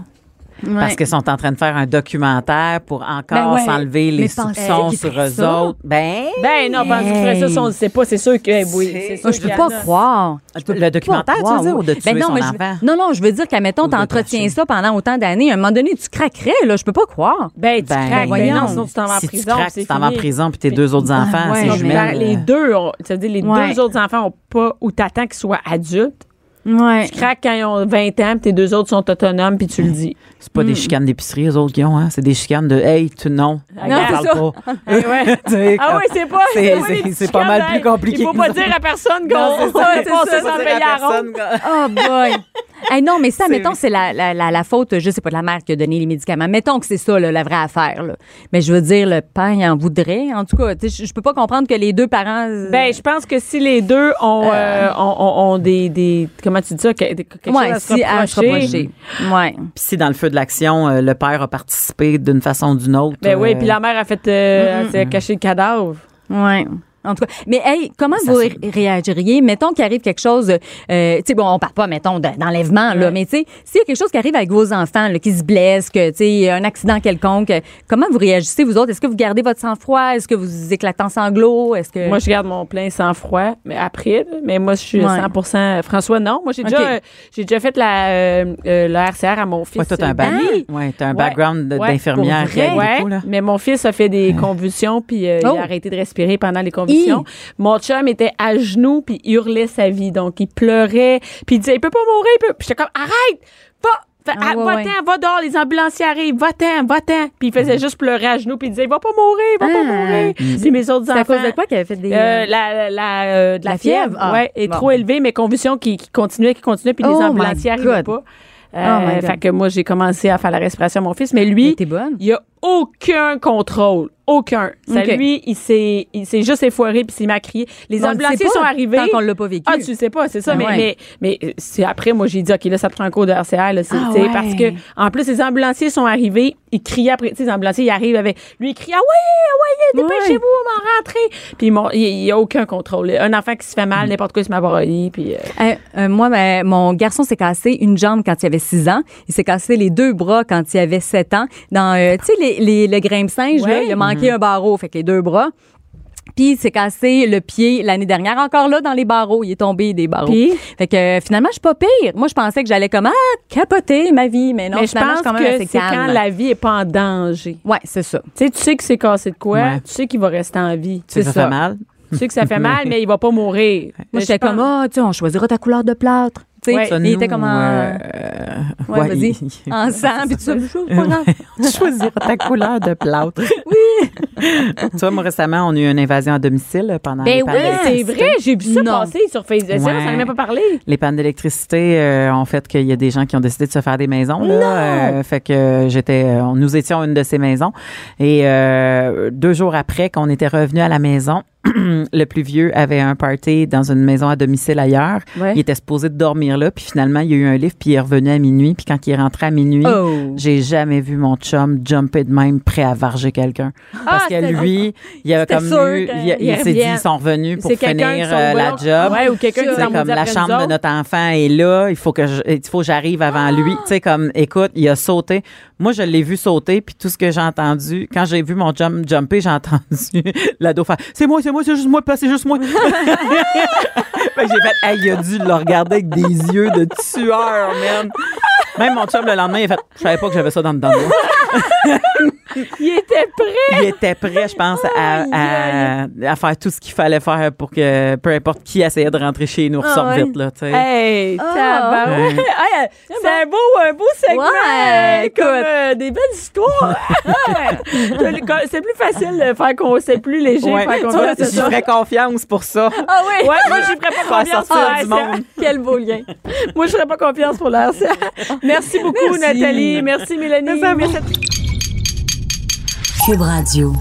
S3: Parce qu'ils sont en train de faire un documentaire pour
S2: Ben
S3: encore
S2: ouais.
S3: s'enlever les
S2: Mais pensais-tu
S3: soupçons
S2: qu'ils
S3: sur
S2: feraient
S3: eux
S2: ça?
S3: autres. Ben,
S1: Ben non, parce qu'ils feraient ça, ça, on ne sait pas. C'est sûr que. eh, oui,
S3: C'est-
S1: c'est sûr
S2: Moi, je peux
S1: qu'il y
S2: pas
S1: en a.
S2: croire. Je peux
S3: Le documentaire,
S2: pas
S3: tu
S2: croire,
S3: veux dire,
S2: oui.
S3: ou de tuer
S2: non,
S3: son
S2: mais je-
S3: enfant?
S2: non, non, je veux dire qu'à, mettons,
S3: Ou de
S2: t'entretiens
S3: cracher.
S2: ça pendant autant d'années. À un moment donné, tu craquerais, là. Je peux pas croire.
S1: Ben, tu
S3: Ben,
S1: craques. Ben
S2: voyons.
S1: non, sinon tu t'en vas en
S3: si
S1: prison.
S3: tu craques,
S1: puis
S3: tu
S1: c'est
S3: t'en vas en
S1: fini.
S3: prison, puis tes deux autres enfants,
S2: ouais,
S3: c'est
S2: mais-
S1: Donc,
S3: jumelles.
S1: ben, les
S3: euh,
S1: deux, ont- ça veut dire les
S2: Ouais.
S1: deux autres enfants ont pas ou t'attends qu'ils soient adultes.
S2: Ben, Ouais.
S1: Tu craques quand ils ont 20 ans, puis tes deux autres sont autonomes, puis tu le dis.
S3: C'est pas des chicanes d'épicerie, les autres qui ont, hein. C'est des chicanes de Hey, tu non.
S1: Ah,
S3: on
S1: c'est
S3: parle
S1: ça.
S3: pas.
S1: Ah ouais.
S3: [laughs] Tu sais,
S1: Ah
S3: comme-
S1: oui, c'est pas.
S3: c'est-
S1: pas des
S3: c'est-
S1: petits
S3: c'est pas mal
S1: chicanes,
S3: plus
S1: hein.
S3: compliqué
S1: Il faut
S3: que
S1: pas
S3: ça.
S1: dire à personne
S3: Non,
S1: qu'on [laughs]
S3: c'est
S1: on
S3: ça,
S1: va
S3: c'est
S1: passer
S3: ça,
S1: sans
S3: c'est
S1: payer
S3: la
S1: à ronde.
S3: personne, gars.
S2: Oh [laughs] boy! Hey, non, mais ça,
S3: C'est
S2: mettons,
S3: vrai.
S2: c'est la, la, la, la faute, je sais pas, de la mère qui a donné les médicaments. Mettons que c'est ça, là, la vraie affaire. là. Mais je veux dire, le père, il en voudrait. En tout cas, tu sais, je je peux pas comprendre que les deux parents... euh,
S1: Ben, je pense que si les deux ont, euh, ont, ont- ont des, des. Comment tu dis ça? que- des- Quelque
S2: ouais,
S1: chose
S2: si, à se reprocher. Ouais.
S3: Puis si dans le feu de l'action, euh, le père a participé d'une façon ou d'une autre.
S1: Ben oui,
S3: euh,
S1: puis la mère a fait. euh, elle s'est caché le cadavre.
S2: Ouais. En tout cas, mais hey, comment vous ré- réagiriez? Mettons qu'il arrive quelque chose, euh, tu sais, bon, on parle pas, mettons, de- d'enlèvement, là, mais tu sais, s'il y a quelque chose qui arrive avec vos enfants, là, qui se blessent, que, tu sais, un accident quelconque, euh, comment vous réagissez, vous autres? Est-ce que vous gardez votre sang-froid? Est-ce que vous éclatez en sanglots? Est-ce que...
S1: Moi, je garde mon plein sang-froid, mais après, là, mais moi, je suis
S2: Ouais.
S1: 100 François, non. Moi, j'ai
S2: OK.
S1: déjà, euh, j'ai déjà fait la, euh, euh, la RCR à mon fils.
S3: Ouais, toi, t'as un,
S1: euh,
S3: bac-
S1: Danny.
S3: ouais, t'as un
S1: Ouais,
S3: background de-
S1: ouais,
S3: d'infirmière.
S1: pour vrai.
S3: raide et tout, là.
S1: Ouais, mais mon fils a fait des convulsions, puis euh,
S2: Oh.
S1: il a arrêté de respirer pendant les convulsions. Mon chum était à genoux, puis il hurlait sa vie. Donc, il pleurait, puis il disait, il peut pas mourir. il peut- Puis j'étais comme, arrête! Va! Fait,
S2: Ah,
S1: ah,
S2: ouais,
S1: va-t'en,
S2: ouais.
S1: va dehors, les ambulanciers arrivent, va-t'en, va-t'en. Puis il
S3: Mm-hmm.
S1: faisait juste pleurer à genoux, puis il disait, il va pas mourir, il va
S2: Ah.
S1: pas mourir.
S3: Mm.
S1: C'est mes autres
S2: C'est à
S1: enfants.
S2: cause de quoi qu'elle a fait des...
S1: Euh, la, la, euh, de la,
S2: La
S1: fièvre,
S2: fièvre? Ah,
S1: ouais, est
S2: bon.
S1: trop élevée, mais convulsions qui, qui continuaient, qui continuaient, puis
S2: Oh
S1: les
S2: my
S1: ambulanciers
S2: God.
S1: n'arrivaient pas.
S2: Oh my
S1: Euh,
S2: God.
S1: fait que moi, j'ai commencé à faire la respiration à mon fils, mais
S2: Mais
S1: lui,
S2: t'es bonne?
S1: il n'y a aucun contrôle. Aucun. Ça,
S2: Ok.
S1: Lui, il s'est il s'est juste effoiré puis s'est mis à crier. Les
S2: Mais on le
S1: ambulanciers
S2: sait pas
S1: sont arrivés.
S2: Tant qu'on l'a pas vécu.
S1: Ah, tu sais pas, c'est ça.
S2: Ah
S1: mais,
S2: ouais.
S1: mais, mais c'est après, moi, j'ai dit, OK, là, ça te prend un cours de RCR. Là, c'est-
S2: Ah
S1: c'est
S2: ouais.
S1: Parce que, en plus, les ambulanciers sont arrivés. Ils crient après. Tu sais, les ambulanciers, ils arrivent avec. Lui, il crie, ah ouais, ouais,
S2: Ouais.
S1: dépêchez-vous, on m'en rentrez. Puis, mon- il- il n'y a aucun contrôle. Un enfant qui se fait
S2: Mm.
S1: mal, n'importe quoi, il se met à broyer, Puis, euh,
S2: Euh, euh, moi, ben, mon garçon s'est cassé une jambe quand il avait 6 ans. Il s'est cassé les deux bras quand il avait 7 ans. Dans, euh, tu sais, les, les, le grimpe-singe, là,
S1: Ouais. Mm-hmm.
S2: il a manqué un barreau, fait que les deux bras. Puis il s'est cassé le pied l'année dernière, encore là, dans les barreaux. Il est tombé des barreaux.
S1: Puis?
S2: Fait que euh, finalement, je suis pas pire. Moi, je pensais que j'allais comme, ah, capoter ma vie. Mais non,
S1: mais je
S2: finalement,
S1: pense
S2: suis quand même assez
S1: que c'est
S2: calme.
S1: quand la vie est pas en danger.
S2: Ouais, c'est ça.
S1: Tu sais, tu sais que c'est cassé de quoi,
S3: Ouais.
S1: tu sais qu'il va rester en vie.
S3: Tu sais,
S1: C'est
S3: ça
S1: ça.
S3: fait mal.
S1: Tu sais que ça fait mal, mais il va pas mourir.
S2: Moi,
S1: Mais
S2: j'étais
S1: je pense-
S2: comme, ah, tu sais, on choisira ta couleur de plâtre. Tu sais,
S1: Ouais.
S3: Ça,
S2: il était
S3: nous,
S2: comme en,
S3: euh,
S2: ouais,
S3: ouais,
S2: vas-y,
S3: il- il-
S2: en sang, puis
S1: [laughs]
S2: tout ça. C'est pas grave.
S3: [laughs] Tu choisiras ta couleur
S2: [laughs]
S3: de plâtre. Oui. [laughs] tu vois, moi, récemment, on a eu une invasion à domicile euh, pendant les
S1: Ben
S3: pannes
S1: oui, c'est
S3: d'électricité.
S1: vrai, j'ai vu ça
S2: oh, Non.
S1: passer sur Facebook. C'est vrai, On
S3: Ouais.
S1: s'en a même pas parlé.
S3: Les pannes d'électricité euh, ont fait qu'il y a des gens qui ont décidé de se faire des maisons. Là, Euh, fait que j'étais, euh, on- nous étions une de ces maisons. Et euh, deux jours après qu'on était revenu à la maison, [clears throat] le plus vieux avait un party dans une maison à domicile ailleurs.
S2: Ouais.
S1: [laughs]
S3: Il était supposé de dormir là, puis finalement, il y a eu un livre, puis il est revenu à minuit. Puis quand il est rentré à minuit,
S2: Oh.
S3: j'ai jamais vu mon chum jumper de même prêt à varger quelqu'un. Parce
S1: Ah, c'était-
S3: que lui, il avait
S2: C'était
S3: comme
S2: sûr
S3: eu-
S2: que-
S3: il, il
S1: il
S3: s'est dit,
S1: revient.
S3: ils sont revenus pour
S1: C'est quelqu'un qui
S3: finir
S1: sont
S3: euh, la
S1: volants.
S3: job.
S1: Ouais, ou quelqu'un qui
S3: C'est
S1: est en
S3: comme
S1: maudit
S3: la
S1: après nous
S3: chambre de
S1: autres. Ah!
S3: notre enfant est là, il faut que je- il faut que j'arrive avant lui. Tu sais comme écoute, il a sauté. Moi je l'ai vu sauter puis tout ce que j'ai entendu quand j'ai vu mon jump jumper, j'ai [laughs] entendu l'ado faire c'est moi, c'est moi, c'est juste moi, c'est
S1: [laughs]
S3: juste moi. Fait que j'ai fait hey, il a dû le regarder avec des yeux de tueur, man. Même mon chum le lendemain, il a fait je savais pas que j'avais ça dans le dedans. de moi.
S1: Il était prêt.
S3: Il était prêt, je pense, à, à- à faire tout ce qu'il fallait faire pour que peu importe qui essayait de rentrer chez nous, ressorte
S2: ouais.
S3: vite. Là, tu sais.
S1: Ah Hey,
S2: Ah.
S1: tabarouette. Hey, euh, C'est un beau, un beau segment.
S2: Ouais,
S1: euh,
S2: écoute.
S1: comme, euh, des belles
S3: [laughs]
S1: histoires. Ouais. C'est le- c'est plus facile de faire qu'on c'est plus léger.
S3: Ouais.
S1: de faire
S3: [laughs] Tu
S1: qu'on
S3: vois,
S1: c'est
S3: J'y
S1: ça.
S3: ferais confiance pour ça.
S2: Ah oui!
S1: Ouais, moi, je ferais pas
S3: Faire
S1: confiance pour
S3: sortir
S1: la
S3: du monde.
S1: RCA. [laughs] Quel beau lien. Moi, je ferais pas confiance pour la
S3: [laughs]
S1: RCA. Merci beaucoup, Nathalie. Merci, Mélanie. Merci.
S5: Cube Radio.